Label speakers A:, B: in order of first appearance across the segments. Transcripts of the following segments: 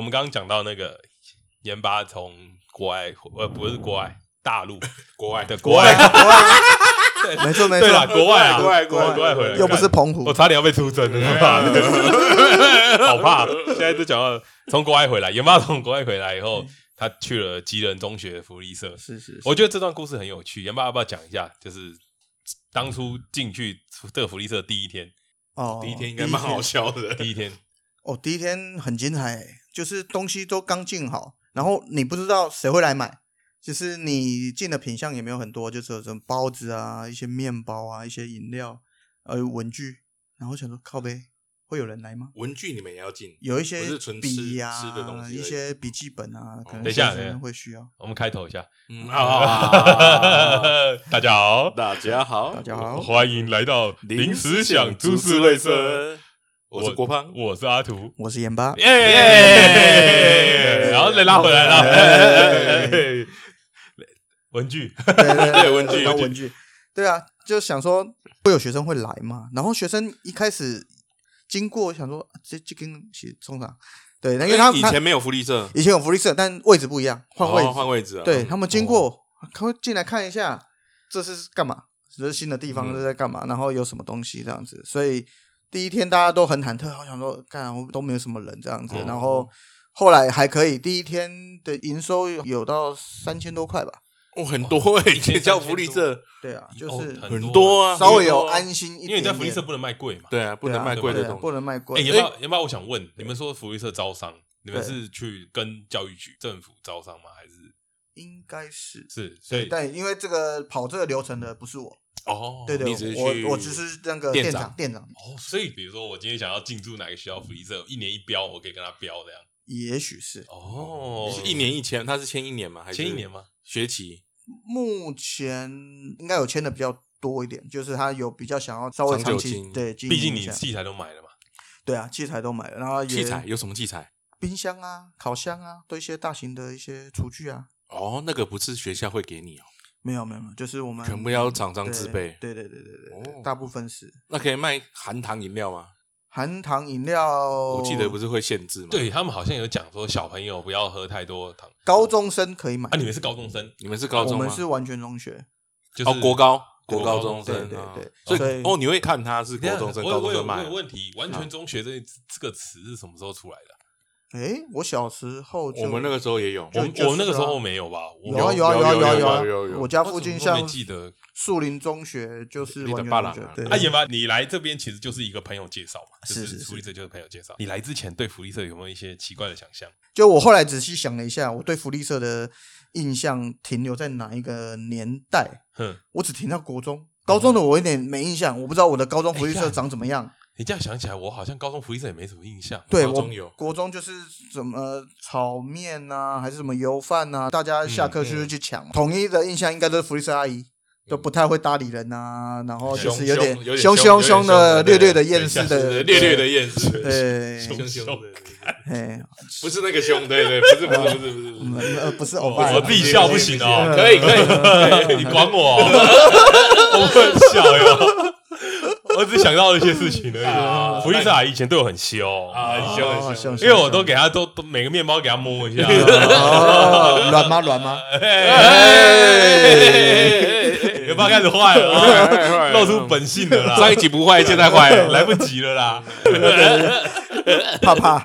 A: 们刚刚讲到那个盐巴从国外，呃，不是国外，大陆
B: 国外
A: 的
B: 的
A: 国外，
B: 啊
C: 没错没
A: 对啦，
C: 错，
A: 国外啊，
B: 国外国外啊
A: 国外回来，
C: 又不是
A: 干
C: 澎湖
A: 我，差点要被出征了，妈的 好怕！现在都讲到从国外回来，盐巴从国外回来以后，他去了吉人中学福利社，
C: 是是是，
A: 我觉得这段故事很有趣，严爸要不要讲一下？就是当初进去这个福利社第一天，
C: 哦，
B: 第一天应该蛮好笑的，
A: 第一天，
C: 哦，第一天很精彩欸，就是东西都刚进好，然后你不知道谁会来买，就是你进的品相也没有很多，就是有什么包子啊、一些面包啊、一些饮料、呃文具，然后想说靠呗，会有人来吗？
B: 文具你们也要进，
C: 有一
B: 不
C: 些
B: 是纯吃
C: 笔呀、
B: 吃的东西而已哦
C: 一些笔记本啊，可能
A: 等一下
C: 学
A: 等一下
C: 生会需要。
A: 我们开头一下，
B: 嗯啊，
A: 大家好，
B: 大家好，
C: 大家好，
A: 欢迎来到临时想株式会社，，
B: 我 是郭胖，
A: 我是阿图，
C: 我是盐巴，
A: 耶！然后再拉回来了，文具，
C: 对对
B: 对文具
C: 然后
B: 文
C: 文具，对啊，就想说会有学生会来嘛，然后学生一开始经过想说啊这这跟是冲啥？对，那因为他
B: 哎以
C: 他
B: 前没有福利社，
C: 以前有福利社，但位置不一样，换位置，
B: 哦换位置啊，
C: 对他们经过，他会进来看一下，这是干嘛？这是新的地方，
B: 嗯
C: 这是在干嘛？然后有什么东西这样子？所以第一天大家都很忐忑，好想说，干我都没有什么人这样子。
B: 哦
C: 然后后来还可以，第一天的营收有到三千多块吧？
B: 哦很多哎，
A: 以前
B: 叫福利社
C: 对啊，就
A: 哦
C: 是
B: 很多啊，
C: 稍微有安心一点
A: 因为你在福利社不能卖贵嘛。
B: 对啊，不
C: 对啊
B: 能卖贵
C: 对
B: 的
C: 啊
B: 东西
C: 不能卖
A: 哎，
C: 贵。
A: 有没有有没有？我想问，你们说福利社招商，你们
C: 对
A: 是去跟教育局、政府招商吗？还是
C: 应该是，
A: 是？所以
C: 但因为这个跑这个流程的不是我，
A: 哦，
C: 对对
B: 你只是，去
C: 我我只是那个
B: 店
C: 店
B: 长
C: 长，店长
A: 哦，所以比如说我今天想要进驻哪个学校福利社，一年一标，我可以跟他标这样。
C: 也许是
A: 哦
B: 是一年一签，他是签一年吗？还是
A: 前一年吗？
B: 学期？
C: 目前应该有签的比较多一点，就是他有比较想要稍微
B: 长久
C: 长期
B: 经
C: 对经营
A: 毕竟
C: 一
A: 你
C: 下
A: 器材都买了嘛。
C: 对啊，器材都买了，然后也
B: 器材有什么器材？
C: 冰箱啊、烤箱啊，都一些大型的一些厨具啊，
B: 哦，那个不是学校会给你哦，
C: 没有没有，没有就是我们
B: 全部要厂商
C: 对
B: 自备。
C: 嗯对对对对对对
B: 哦
C: 大部分是
B: 那可以卖含糖饮料吗？
C: 含糖饮料，
B: 我记得不
C: 是
B: 是会限制吗？，
A: 对他们好像有讲说小朋友不要喝太多糖
C: 高中生可以买
A: 啊，，你们是高中生，
B: 你们是高
C: 我
B: 中吗？
C: 们是完全中学，
A: 就是、
B: 哦，国高
A: 国
B: 国
A: 高
B: 高中
C: 对
B: 生
C: 对
B: 啊，
C: 对，
B: 所
C: 所
B: 以哦，你会看他是
A: 等一
B: 国
A: 下。
B: 中生、
A: 啊我
B: 高
A: 我
B: 中
A: 有
B: 生
A: 我
B: 卖啊
A: 有。问题，完全中学这这个词是什么时候出来的？
C: 哎，我小时候就
B: 我们那个时候也有，
A: 我们
C: 就是啊
A: 我们那个时候没有吧？我
C: 有啊
B: 有
C: 啊有啊啊
B: 有有
C: 啊
B: 有有有
C: 我家附近
A: 我怎么都
C: 像
A: 没记得。
C: 树林中学就是
B: 你的
C: 完全
B: 爸
C: 中
B: 啦
C: 学
B: 啊，
C: 对
A: 啊，研发，你来这边其实就是一个朋友介绍嘛，就是
C: 是是
A: 福利社就是朋友介绍。你来之前对福利社有没有一些奇怪的想象？
C: 就我后来仔细想了一下，我对福利社的印象停留在哪一个年代？
A: 哼，
C: 我只停到国中，高中的我有点没印象，我不知道我的高中福
A: 哎
C: 利社长怎么样。
A: 你这样想起来，我好像高中福利社也没什么印象。
C: 对
B: 高
C: 我
B: 中有
C: 国中就是什么炒面啊，还是什么油饭啊，大
B: 嗯
C: 家下课就是去抢。统一的印象应该都是福利社阿姨。就不太会搭理人啊，然后就是
B: 凶
C: 点
B: 凶有点
C: 凶
B: 凶有点
C: 凶的、
B: 凶
C: 略
B: 对
C: 略的
B: 对
C: 厌世的、
B: 略略的厌世，
C: 对，
B: 凶凶的，
C: 哎，
B: 不是那个凶，对对，不是不是不是不是不
C: 嗯
B: 是，
C: 呃，不是
A: 我
C: 欧巴，
A: 我自己笑不行哦，
B: 可以可以，
A: 你管我、哦，我很小哟。我只想到一些事情而
B: 啊
A: 已。福利社阿姨以前对我很凶，
B: 啊，你
C: 哦
B: 凶凶，
C: 凶
A: 因为我都给她都都每个面包给她摸一 下。哎
C: 哦，软吗软吗？
A: 有没有开始坏了啊？露出本性了
B: 上
A: 啦
B: 一，集不坏，现在坏 了，
A: 来不及了啦。
C: 怕 怕，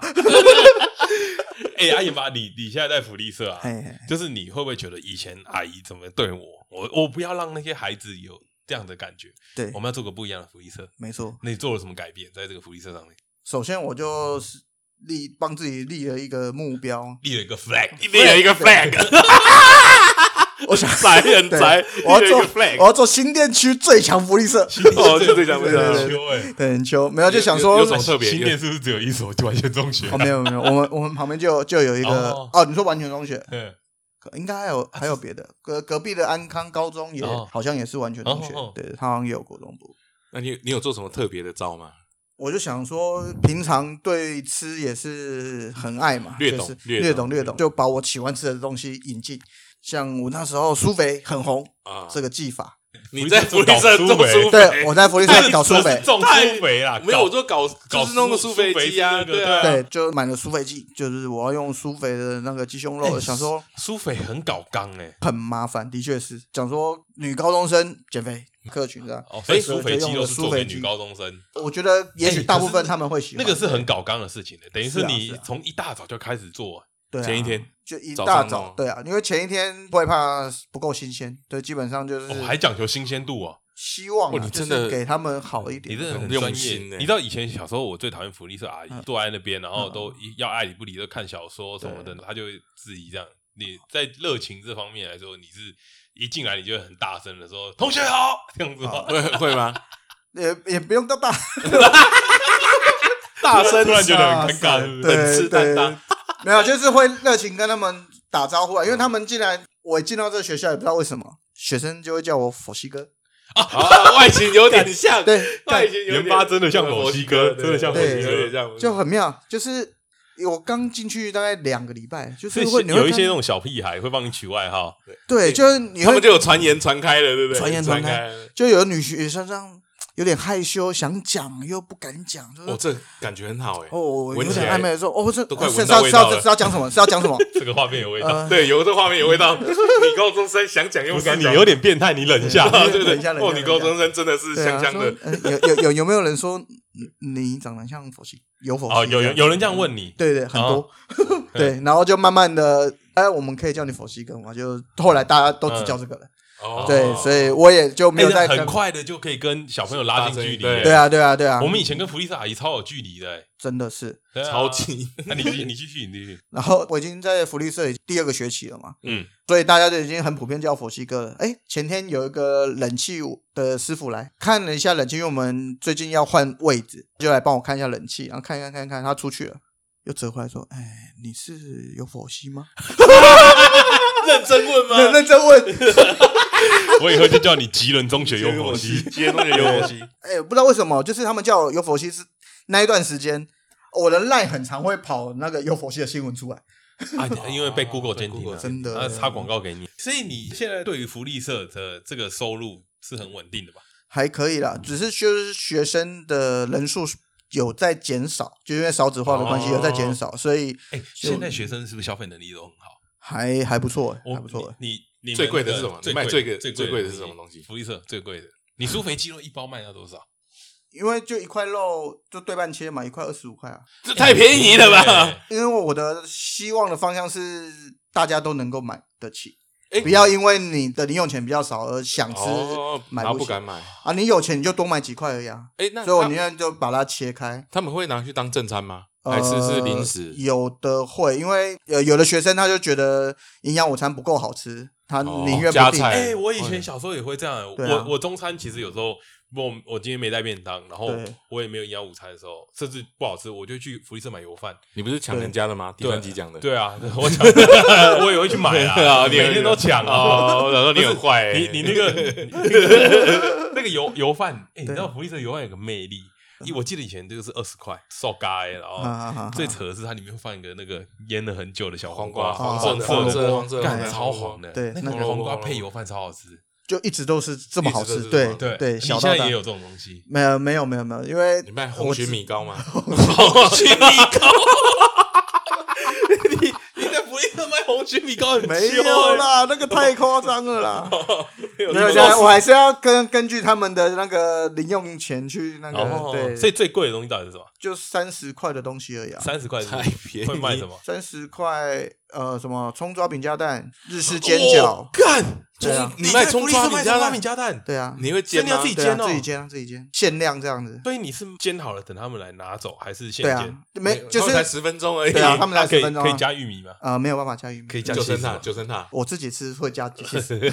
A: 哎，阿姨妈，你你现在在福利社啊？
C: 哎，
A: 就是你会不会觉得以前阿姨怎么对我，我我不要让那些孩子有这样的感觉，
C: 对
A: 我，们要做个不一样的福利社。
C: 没错。
A: 那你做了什么改变在这个福利社上面？
C: 首先，我就是立帮自己立了一个目标，
A: 立了一个 flag，
B: 一定有一个 flag，
C: 我想
B: 宅很宅，
C: 我要
B: 一定有
C: 做
B: 一个 flag，
C: 我要做新店区最强福利社。
B: 哦是这样
A: 不
B: 这样
A: 秋哎，
C: 对，很秋没有就想
B: 有
C: 说
B: 有有，什么特别
A: 新店是不是只有一所就完全中学
C: 哦，？没有没有，我们我们旁边就就有一个
A: 哦
C: 哦，你说完全中学，
A: 嗯，
C: 可应该还有还有别的，隔隔壁的安康高中也
A: 哦
C: 好像也是完全中学
A: 哦哦哦，
C: 对，他好像也有国中部。
B: 那你你有做什么特别的招吗？
C: 我就想说，平常对吃也是很爱嘛，
B: 略懂
C: 就是
B: 略
C: 略
B: 懂
C: 懂略懂，就把我喜欢吃的东西引进。像我那时候苏肥很红
B: 啊，
C: 这个技法，
B: 你在福利
A: 搞
B: 社
A: 苏
B: 种
A: 北
B: 苏
C: 对，我在福利社搞苏
A: 这
C: 北
A: 是，种
B: 太
A: 苏肥啦，
B: 没有，
A: 搞
B: 我说搞
A: 搞
B: 就是弄个
A: 苏
B: 苏
A: 苏
B: 肥
A: 肥
B: 机啊，
A: 是那个
B: 对啊，
C: 对，就买了苏肥鸡，就是我要用苏肥的那个鸡胸肉，
A: 哎
C: 想说
A: 苏肥很搞刚哎，
C: 很麻烦，的确是想说女高中生减肥客群这样，
A: 哦，所以
C: 对
A: 苏肥
C: 就用
A: 肌肉
C: 了
A: 是
C: 苏
A: 做
C: 肥
A: 给女
C: 鸡
A: 高中生，
C: 我觉得也
A: 哎
C: 许大
A: 可
C: 部
A: 是
C: 分他们会喜
A: 那
C: 欢
A: 个是很搞刚的事情的，等于
C: 是
A: 是
C: 啊
A: 你
C: 是啊
A: 从一大早就开始做，
C: 对啊
B: 前一天
C: 就一
B: 早
C: 大
B: 上
C: 早
A: 哦
B: 弄
C: 对啊，因为前一天不会怕不够新鲜，对，基本上就是
A: 哦，还讲究新鲜度哦，
C: 希望
B: 哦
C: 啊
B: 你
C: 就
B: 真的
C: 是给他们好一
A: 你
C: 点
A: 真，的很
B: 很
A: 专
B: 用
A: 业。
B: 心欸
A: 你知道以前小时候我最讨厌福利社阿姨，
C: 嗯
A: 坐在那边，然后都一要爱理不理，都看小说什么的，她就会质疑这样。你在热情这方面来说，你是一进来你就会很大声的说“同学好”这样子吗？
C: 啊
B: 会会吗？
C: 也也不用到大
B: 大声
A: 突然觉得很尴尬，
C: 大声
A: 是不是
B: 本
C: 对
B: 次担当
C: 对，没有，就是会热情跟他们打招呼啊，因为他们进来，我一进到这个学校也不知道为什么，学生就会叫我佛西哥，
B: 啊，外形有点像，
C: 对，
B: 外形有点
A: 研发真的像某西哥
B: 对
A: 真的像
C: 某西哥
B: 对有点像某西哥
C: 就很妙，就是我刚进去大概两个礼拜，就
A: 所
C: 是
A: 以
C: 会你会
A: 有一些
C: 看
A: 那种小屁孩会帮你取外号，
C: 对，就是你
B: 他
C: 会
B: 们就有传言传开了，对不对？
C: 传言传
B: 传
C: 开
B: 了，
C: 就有女学生这样有点害羞，想讲又不敢讲，就是
B: 哦，这感觉很好哎，
C: 哦，我有
B: 闻起
C: 点
B: 来
C: 暧昧的时候，哦，这
B: 都快
C: 哦
B: 闻
C: 是
B: 到
C: 要
B: 味
C: 是
B: 道
C: 要
B: 了
C: 是要讲什么？是要讲什么？
A: 这个画面有味道。
C: 呃，
B: 对，有这画面有味道。女高中生想讲又
A: 不
B: 不
A: 是
B: 敢
A: 你
B: 讲，
A: 有点变态，你 忍一下。
B: 啊，对
C: 等
B: 对
C: 一下，等一
B: 哦，
C: 下
B: 女高中生真的是
C: 对啊，
B: 香香
C: 说
B: 的，
C: 呃有有有有没有人说嗯你长得像佛系？有佛系
A: 哦，有
C: 这
A: 有
C: 样
A: 有人这样问你，
C: 对对，很
A: 哦
C: 多 对，然后就慢慢的，哎，我们可以叫你佛系哥嘛，就后来大家都只叫这个了，
B: 哦
C: 对，所以我也就没有
A: 嗯哎
C: 再
A: 很
C: 跟
A: 快的就可以跟小朋友拉近距离。
B: 对
C: 对啊，对啊，对啊，
A: 我们以前跟福利社阿姨超有距离的欸，
C: 真的是。
A: 对啊
B: 超。级
A: 那你继续你继续，你继续。
C: 然后我已经在福利社已经第二个学期了嘛，
A: 嗯，
C: 所以大家就已经很普遍叫佛西哥了。哎，前天有一个冷气的师傅来看了一下冷气，因为我们最近要换位置，就来帮我看一下冷气，然后看一看看一看，他出去了，又折回来说：“哎，你是有佛西吗？”
B: 认真问吗？
C: 很认真问，
A: 我以后就叫你吉人中学有火
B: 西，
A: 西。
B: 接那个有火西，
C: 哎，不知道为什么，就是他们叫我有佛西是那一段时间，我的赖很常会跑那个有佛西的新闻出来，
A: 啊，因为被 Google 监听
B: Google
A: 了，
C: 真的
A: 啊，插广告给你。所以你现在对于福利社的这个收入是很稳定的吧？
C: 还可以啦，只是就是学生的人数有在减少，就因为少子化的关系
A: 哦
C: 有在减少，所以
A: 哎，现在学生是不是消费能力都很好？
C: 还还不错，
A: 我
C: 还不错。
A: 你你你
B: 最贵的
A: 们
B: 是什么
A: 最
B: 你卖
A: 贵
B: 最贵
A: 最
B: 最
A: 贵
B: 贵的是什么东西
A: 福利社最贵的，你苏肥鸡肉一包卖到多少？
C: 因为就一块肉就对半切嘛，一块二十五块啊。
B: 这太便宜了吧？
A: 对？
C: 因为我的希望的方向是大家都能够买得起，
B: 哎
C: 不要因为你的零用钱比较少而想吃、
B: 哦，
C: 买
B: 然后
C: 不
B: 不
C: 起
B: 敢买。
C: 啊。你有钱你就多买几块而已啊。
B: 哎，那
C: 所以我
B: 他
C: 宁愿就把它切开，
B: 他们会拿去当正餐吗？
C: 呃
B: 还是是零食？
C: 有的会，因为呃有的学生他就觉得营养午餐不够好吃，他
B: 哦
C: 宁愿
B: 加
C: 不订。
B: 菜
A: 哎、我以前小时候也会这样、
C: 对啊
A: 我我中餐其实有时候，我我今天没带便当，然后
C: 对
A: 我也没有营养午餐的时候，甚至不好吃，我就去福利社买油饭。
B: 你不是抢人家的吗？第三集讲的。
A: 对啊，我抢， 我也会去买
B: 对
A: 啊，
B: 啊
A: 每天都抢啊。
B: 哦，然后你很坏欸，
A: 你你那个你那个那个油油饭，哎、你知道福利社油饭有个魅力，我记得以前这个是二十块，瘦嘎然后。
C: 啊啊啊！
A: 最扯的是，它里面会放一个那个腌了很久的小
B: 黄
A: 瓜，
B: 瓜，
C: 黄
A: 色
B: 色
A: 的
C: 黄色的
B: 的，黄色黄色的，
A: 干超黄的，
C: 对
A: 那
C: 那
A: 个
B: 个
A: 黄瓜配油饭超好吃。
C: 就一直都是这么好
B: 一
C: 吃
B: 直，都是
C: 对
B: 这么
A: 对，
C: 对，
A: 你
C: 小
A: 现
C: 到
A: 在
C: 大
A: 也有这种东西，
C: 没有没有没有没有，因为
B: 你卖
C: 我
B: 红曲
C: 知
B: 米糕吗？ 红曲哦米糕，
A: 你在福利社卖红曲米 糕很
C: 没有啦，那个太夸张 了啦。
A: 没
C: 没有，现在我还是要根根据他们的那个零用钱去那个，对，
A: 哦
C: 啊
A: 所以最贵的东西到底是什么？
C: 就三十块的东西而已啊。
A: 三十块是
B: 太便宜
A: 会卖什么？
C: 三十块，呃，什么葱抓饼加蛋、日式煎
A: 哦
C: 饺，
B: 干，
C: 对啊
B: 你卖葱抓饼加
A: 饼
B: 蛋，
A: 加蛋，
C: 对啊，
B: 你
A: 所
B: 会
A: 以
B: 煎
A: 你要
B: 吗
A: 自？己
C: 对啊
A: 煎哦，
C: 自己。煎啊，自己煎，限量这样子。
A: 所以你是煎好了等他们来拿走，还是现
C: 对
A: 煎
C: 啊？，没就
B: 他们才
C: 是
B: 十分钟而已。
C: 对啊他们才
A: 那可以
C: 10分钟
A: 可
C: 啊
A: 以加玉米吗？
C: 呃，没有办法加鱼，
A: 可以加
B: 九层
A: 起司
B: 塔，
A: 吗
B: 九层塔，
C: 我自己吃会加其实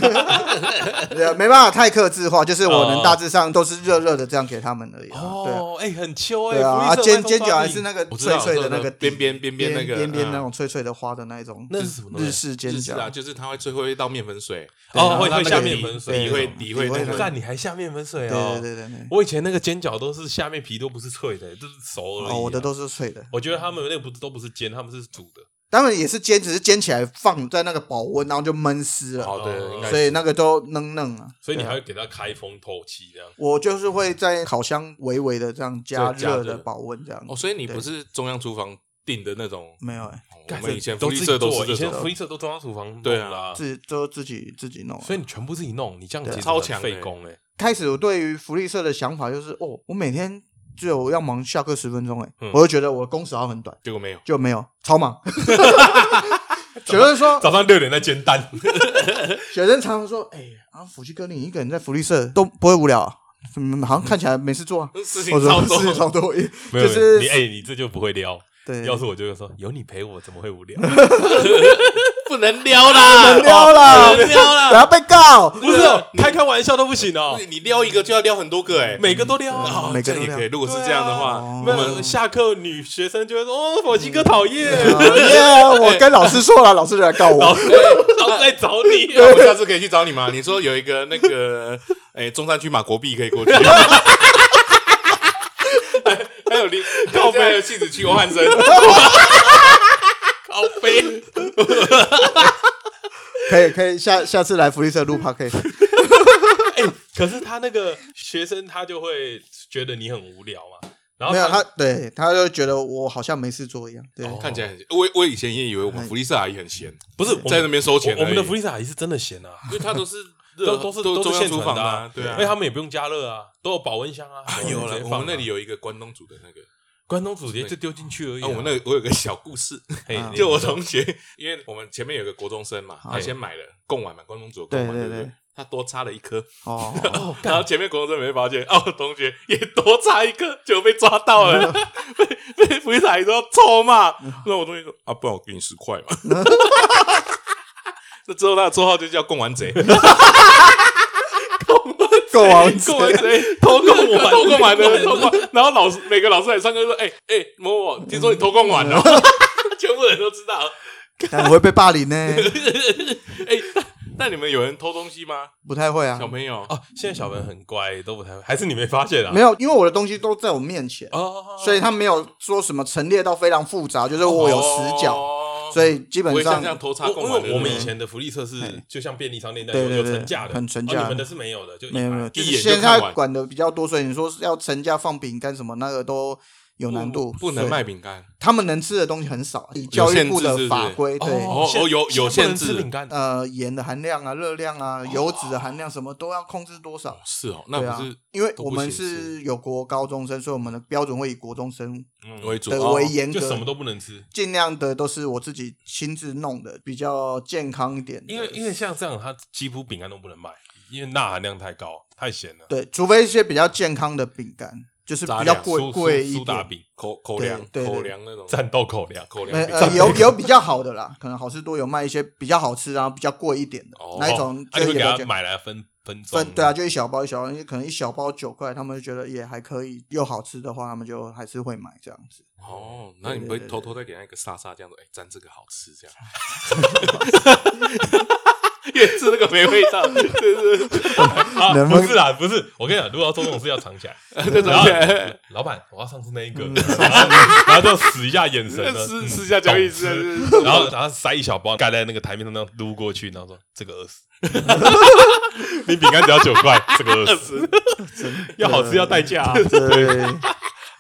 C: 对啊，没办法太克制化，就是我能大致上都是热热的这样给他们而已、啊。对啊，
A: 哦，哎，很秋哎，
C: 对啊，啊
A: 福利社卖
C: 煎
A: 葱
C: 煎
A: 抓
C: 饺还
A: 饼哦
C: 是那个
B: 我知
C: 脆
B: 道
C: 脆的
B: 我知道
C: 那个
B: 边边边边那个
C: 边边那
B: 嗯
C: 种脆脆的花的那一种，
A: 那是什么东西
C: 日式煎
B: 日式
C: 饺
B: 啊，就是它会最后会倒面粉水，
A: 哦
C: 啊
B: 然后
A: 会
B: 它
A: 会
B: 那
A: 下
B: 个
A: 面
B: 底
A: 粉水
B: 底会
C: 对
B: 底会
C: 底会
B: 那
C: 那
B: 个
C: 个
A: 哦干，你还下面粉水
C: 对
A: 哦
C: 对？对对对，
A: 我以前那个煎饺都是下面皮都不是脆的，都是熟而已啊。
C: 哦，我的都是脆的，
A: 我觉得他们那个不是都不是煎，他们是煮的。
C: 当然也是煎，只是煎起来放在那个保温，然后就闷湿了，
B: 好的，
A: 哦
B: 应该
C: 所
B: 是
C: 以那个都嫩嫩了。
A: 所以你还会给它开封透气这样。
C: 我就是会在烤箱微微的这样加
B: 再加
C: 热
B: 热
C: 的保温这样。
B: 哦，所啊以你
C: 对
B: 不是中央厨房订的那种，哦
C: 没有哎、
B: 我们以前
A: 都
B: 福利社都
A: 做，
B: 是
A: 以
B: 这
A: 前
B: 种
A: 福利社都中央厨房弄
B: 对
A: 的
B: 啊
A: 啦，
C: 自都自己自己弄啊。
A: 所以你全部自己弄，你这样
C: 对啊
A: 其实
B: 超
A: 很
B: 强
A: 费
B: 的
A: 工哎。
C: 开始我对于福利社的想法就是，哦，我每天只有要忙下课十分钟哎、
A: 嗯
C: 我就觉得我工时好像很短，
B: 结果没有。
C: 就没有超忙。学生说，
A: 早上六点在煎蛋，
C: 学生常常说，哎、啊，福气哥你一个人在福利社都不会无聊啊、嗯，好像看起来没事做啊。
B: 事
C: 我
B: 情
C: 说
B: 超
C: 事情
B: 多，
C: 超多，
A: 没有
C: 就
A: 你
C: 是
A: 哎，你这就不会撩。
C: 对，
A: 要是我就会说，有你陪我怎么会无 聊？
B: 不能撩啦，
C: 能撩啦
B: 不能撩
C: 我
B: 啦，
C: 要被告。
A: 不是哦 开开玩笑都不行哦，
B: 你撩一个就要撩很多个哎，
A: 每个都撩啊。
B: 哦
C: 嗯每个
B: 这
C: 都
B: 样
C: 撩
B: 也可以。如果是
A: 对啊
B: 这样的话，
C: 哦
B: 我
A: 我
B: 们
A: 们下课女学生就会说，哦，火
C: 嗯
A: 鸡哥讨厌， 哎
C: 耶！我跟老师说了，老师就来告我
A: 老。师老师来找 你。
B: 那我下次可以去找你吗？你说有一个那个，哎、中山区马国币可以过去。 还有林靠背的戏子区欧汉生，
A: 靠背，
C: 可以可以，下下次来福利社录 p o d c a s
A: 哎，可是他那个学生他就会觉得你很无聊嘛，然后
C: 没有他，对他就觉得我好像没事做一样。对，
A: 哦
B: 看起来很我我以前也以为我们福利社阿姨很闲，
A: 不是
B: 在那边收钱
A: 我我们的
B: 而已
A: 福利社阿姨是真的闲啊，
B: 因为他都是
A: 都都是
B: 都
A: 是
B: 中央
A: 现
B: 厨
A: 成
B: 房
A: 的
B: 的啊对啊
A: 因为他们也不用加热啊，都有保温箱啊。
B: 啊有了
A: 直接
B: 我
A: 放
B: 们那
A: 啊
B: 里有一个关东煮的那个，
A: 关东煮直接就丢进去而已啊。
B: 啊，我们那个我有个小故事，
A: 嘿
C: 啊
A: 你
B: 就我同学， 因为我们前面有个国中生嘛，他
A: 嘿
B: 先买了贡丸嘛，关东煮的贡丸，
C: 对对
B: 对不对
C: 对？
B: 他多插了一颗，
C: 哦，
B: 然后前面国中生没发现，哦，同学也多插一颗，就被抓到 了，被被福利台说臭骂。那我同学说啊，不然我给你十块嘛。那之后他的绰号就叫“贡 丸贼”，
C: 够啊完
B: 贡丸贼偷贡丸，偷贡丸的，偷贡丸。然后老师每个老师来上课说：“哎、哎、某某，听说你偷贡丸了。” 全部人都知道。
C: 但我会被霸凌呢，
B: 哎、那那你们有人偷东西吗？
C: 不太会啊
B: 小。朋友，
A: 哦，现在小朋友很乖，都不太会，还是你没发现啊？
C: 没有，因为我的东西都在我面前，
A: 哦，
C: 所以他没有说什么陈列到非常复杂，就是我有死角，
B: 哦
C: 所以基本
B: 不会像
C: 上
B: 这样偷插
A: 我
B: 贡
A: 因
B: 丸的
A: 为
B: 人。
A: 我们以前的福利社是
C: 嘿
A: 就像便利商店那
C: 对
A: 样
C: 对
A: 有
C: 对
A: 成架的，
C: 很成
A: 哦
C: 架的
A: 你们的是没有的，就一
C: 没有没有，
A: 排。
C: 就是
B: 一眼就
C: 现
B: 看
C: 在
B: 完
C: 管的比较多，所以你说要成架放饼干什么那个都有难度，
B: 不能
C: 所以
B: 卖饼干。哦
C: 他们能吃的东西很少，以教育部
B: 限制是不
C: 的
B: 是
C: 法规对。
B: 哦
A: 现在
B: 有有
A: 现在不
B: 限
A: 能
B: 制
A: 吃饼干，
C: 呃，盐的含量啊、热量啊、油脂的含量什么都要控制多少？
B: 是哦，那
C: 对啊
B: 不是，
C: 因为
B: 都不
C: 我们
B: 行是
C: 是有国高中生，所以我们的标准会以国中生
A: 嗯
B: 为主
C: 的
B: 哦
C: 为严
A: 就什么
C: 格，
A: 都不能吃。
C: 尽量的都是我自己亲自弄的，比较健康一点的。
A: 因为因为像这样，它几乎饼干都不能卖，因为钠含量太高，太咸了。
C: 对，除非一些比较健康的饼干，就是
B: 杂
C: 比较
B: 粮
C: 贵
A: 苏
C: 贵
A: 苏
C: 一
A: 苏打
C: 点。
A: 饼、啊
B: 口口
C: 对
B: 粮
C: 对
B: 口
C: 对
B: 粮那种
A: 战斗口粮、口
B: 口粮
C: 没
B: 饼
C: 呃有有比较好的啦，可能好事多有卖一些比较好吃啊、比较贵一点的
B: 哦
C: 那一种，
A: 啊，你会给
C: 就也比较
A: 他
C: 健
A: 买来分分装
C: 分对啊，，就一小包一小包，因为可能一小包九块，他们就觉得也还可以，又好吃的话，他们就还是会买这样子。
B: 哦，那你不会偷偷再给他一个沙沙这样子？哎，蘸这个好吃，这样。 越吃那个没味 道，就是
A: 啊，
C: 能不
A: 不
C: 能
A: 是啦，不是，我跟你讲，如果要做这种事要藏 起来，
B: 这种
C: 啊
B: 感
A: 老板，我要上次那一个，
C: 嗯
A: 然后然后就使一下眼神
B: 觉
A: 了，嗯
B: 私私下交易是
A: 然后然后塞一小包盖在那个台面上，那样撸过去，然后说这个二 十，你饼干只要九块，这个二 十，要好吃要代价啊，
C: 对，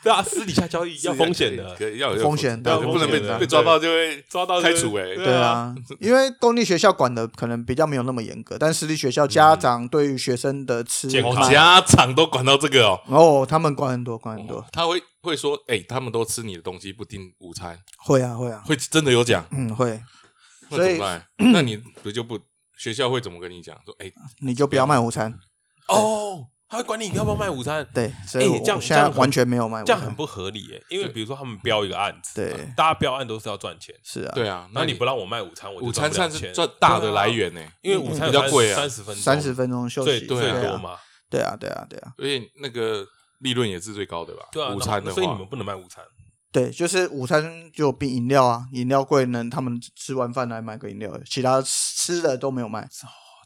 A: 对啊，私底下交易要风险的，
B: 可以要有
C: 风险
B: 对
C: 要有
B: 不能
A: 风险的
B: 被被抓到就会
A: 抓到
B: 开
A: 就
B: 除哎。
C: 对啊， 因为公立学校管的可能比较没有那么严格，但私立学校家长对于学生的吃
A: 嗯健
B: 哦
A: 康
C: 饭，
B: 家长都管到这个哦，
C: 哦，他们管很多，管很
A: 哦
C: 多，
B: 他会会说，哎，他们都吃你的东西，不订午餐，
C: 会啊，会啊，
B: 会真的有讲。
C: 嗯，会，
B: 那
C: 所
B: 怎
C: 以
B: 么办？那你不就不学校会怎么跟你讲？说，哎，
C: 你就不
A: 啊
C: 要卖午餐。
A: 哦，他会管你要不要卖午餐，
C: 对，所以
A: 哎
C: 我
A: 这样
C: 现
A: 这
C: 在
A: 样很
C: 完全没有卖午餐，
A: 这样很不合理耶，因为比如说他们标一个案子，
C: 对
A: 大家标案都是要赚钱，
C: 是啊，
B: 对啊，
A: 那你不让我卖午餐，我就
B: 午餐
A: 赚
B: 算
A: 不了
B: 是
A: 钱
B: 最大的来，源呢、
A: 对啊因为午餐
B: 比较贵啊
A: 三十分钟，
C: 三十分钟休
A: 最
C: 息
A: 最
B: 对啊
A: 多嘛，
C: 对啊，对啊，对啊，
B: 而且那个利润也是最高的吧？
A: 对啊，
B: 午餐的
A: 所以你
B: 话
A: 们，不能卖午餐，
C: 对，就是午餐就比饮料啊，饮料贵能他们吃完饭来买个饮料，其他吃的都没有卖。
A: 哦，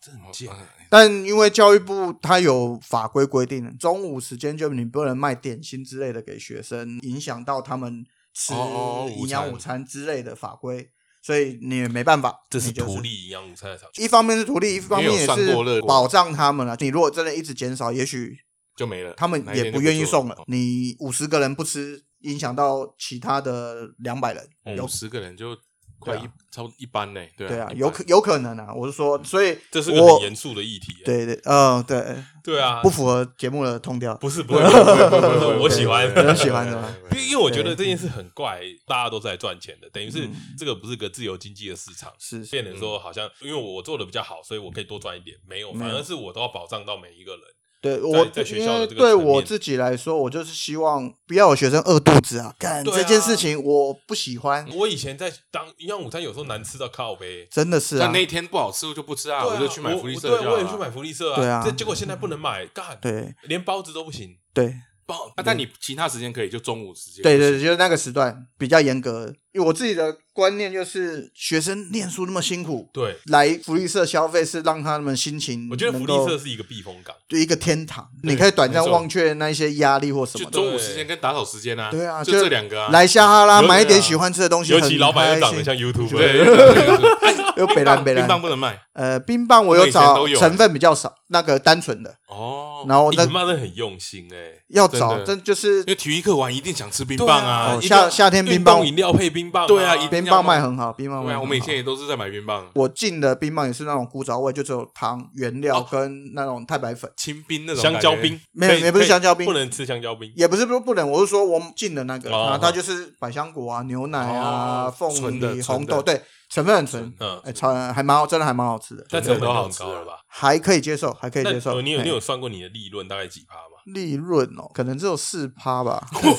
A: 这很贱，
B: 哎
C: 但因为教育部它有法规规定，中午时间就你不能卖点心之类的给学生，影响到他们吃
B: 哦哦午餐
C: 营养午餐之类的法规。所以你也没办法，
A: 这是
C: 你就是
A: 图利营养午餐的场景。
C: 一方面是图利，一方面
B: 也
C: 也
B: 有上过热
C: 是
B: 火
C: 保障他们啊了。你如果真的一直减少，也许
B: 就没了，
C: 他们
B: 哪一
C: 也
B: 天就
C: 不
B: 不
C: 愿意
B: 做
C: 送了
B: 哦。
C: 你五十个人不吃，影响到其他的两百人，
A: 嗯
C: 有
B: 哦五十个人就快
C: 对啊
B: 一差不多一般呢，对
C: 对啊，
B: 一般
C: 有可有可能啊。我是说，所以
A: 嗯这是个
C: 我
A: 很严肃的议题、啊。
C: 对对，嗯、对，
A: 对啊，
C: 不符合节目的通调。
A: 不是不是不是不是不是，我喜欢，
C: 对对对喜 欢是啊吧
A: 因为因为我觉得这件
B: 嗯
A: 事很怪，大家都在赚钱的，等于是
C: 嗯
A: 这个不是个自由经济的市场。
C: 是是
A: 变成
B: 嗯
A: 说好像因为我做的比较好，所以我可以多赚一点，没有，
C: 没有
A: 反而是我都要保障到每一个人。
C: 对我
A: 在学
C: 因
A: 校的
C: 为
A: 这个
C: 对
A: 层
C: 我
A: 面
C: 自己来说，我就是希望不要有学生饿肚子啊！干、
A: 对啊嗯
C: 这件事情我不喜欢，
A: 我以前在当营养午餐，有时候难吃到靠背。
C: 真的是啊
B: 但。那一天不好吃，我就不吃啊，
A: 对啊
B: 我就去买福利社
A: 我
B: 就
A: 对，
B: 好
A: 我
B: 了嗯
A: 也去买福利社啊。
C: 对啊
A: 这结果现在不能买，干，
C: 对
A: 连包子都不行。
C: 对
A: 包
B: 啊，但你其他时间可以，就中午时间。
C: 对对，对，就是那个时段比较严格。因为我自己的观念就是，学生念书那么辛苦，
A: 对，
C: 来福利社消费是让他们心情
A: 我觉得福
C: 能
A: 利
C: 够
A: 社是一个避风港。
C: 就一个天堂，
B: 对
C: 你可以短暂
B: 没错
C: 忘却那一些压力或什
B: 就
C: 么的。
B: 中午时间跟打扫时间啊，
C: 对啊，
B: 就这两个啊。
C: 来撒哈拉
A: 尤其
C: 买一点喜欢吃的东西，
A: 尤其老板又
C: 很
A: 长得
C: 开
A: 像
C: 心。
A: YouTube，
B: 对，对对对对哎
C: 又北
B: 冰
C: 兰
B: 棒
C: 北
B: 冰
C: 兰，
B: 棒不能卖
C: 呃，冰棒我
B: 我
C: 有
B: 以前
C: 找
B: 都有
C: 成分比较少，那个单纯的，
B: 哦。
C: 然后
A: 你
C: 那
A: 妈的很用心哎。
C: 要
B: 真
C: 找
B: 的
C: 真就是
B: 因为体育课完一定想吃冰棒啊
A: 对
C: 哦，
A: 一定
C: 夏
A: 要
C: 夏天
A: 运
C: 冰
A: 动
C: 棒，
A: 饮料配冰棒，
B: 对啊一
C: 冰
B: 定要
C: 棒卖
B: 买
C: 很好，冰棒
B: 对
C: 卖
B: 啊，
C: 很
B: 我们以前
C: 好
B: 也都是在买冰棒，
C: 我进的冰棒也是那种古早味，就只有糖、原料
B: 哦
C: 跟那种太白粉，
B: 清冰那种
A: 香蕉
B: 感觉
A: 冰，
C: 没有
A: 可以
C: 也不是
A: 可以
C: 香蕉冰
A: 不能吃香蕉冰。
C: 也不是说不能，我是说我进的那个，
A: 哦
C: 然后它就是百香果啊、牛奶啊、
B: 哦
C: 凤
B: 纯的
C: 梨、
B: 纯
C: 红
B: 的
C: 豆，对，成分很纯，
A: 嗯，
C: 哎，超还蛮好，真的还蛮好吃的，
A: 但成本都很高了吧？
C: 还可以接受，还可以
A: 那呃哦
C: 接受。
A: 你有你
C: 哎
A: 有算过你的利润大概几趴吗？
C: 利润哦，可能只有四趴吧，
A: 四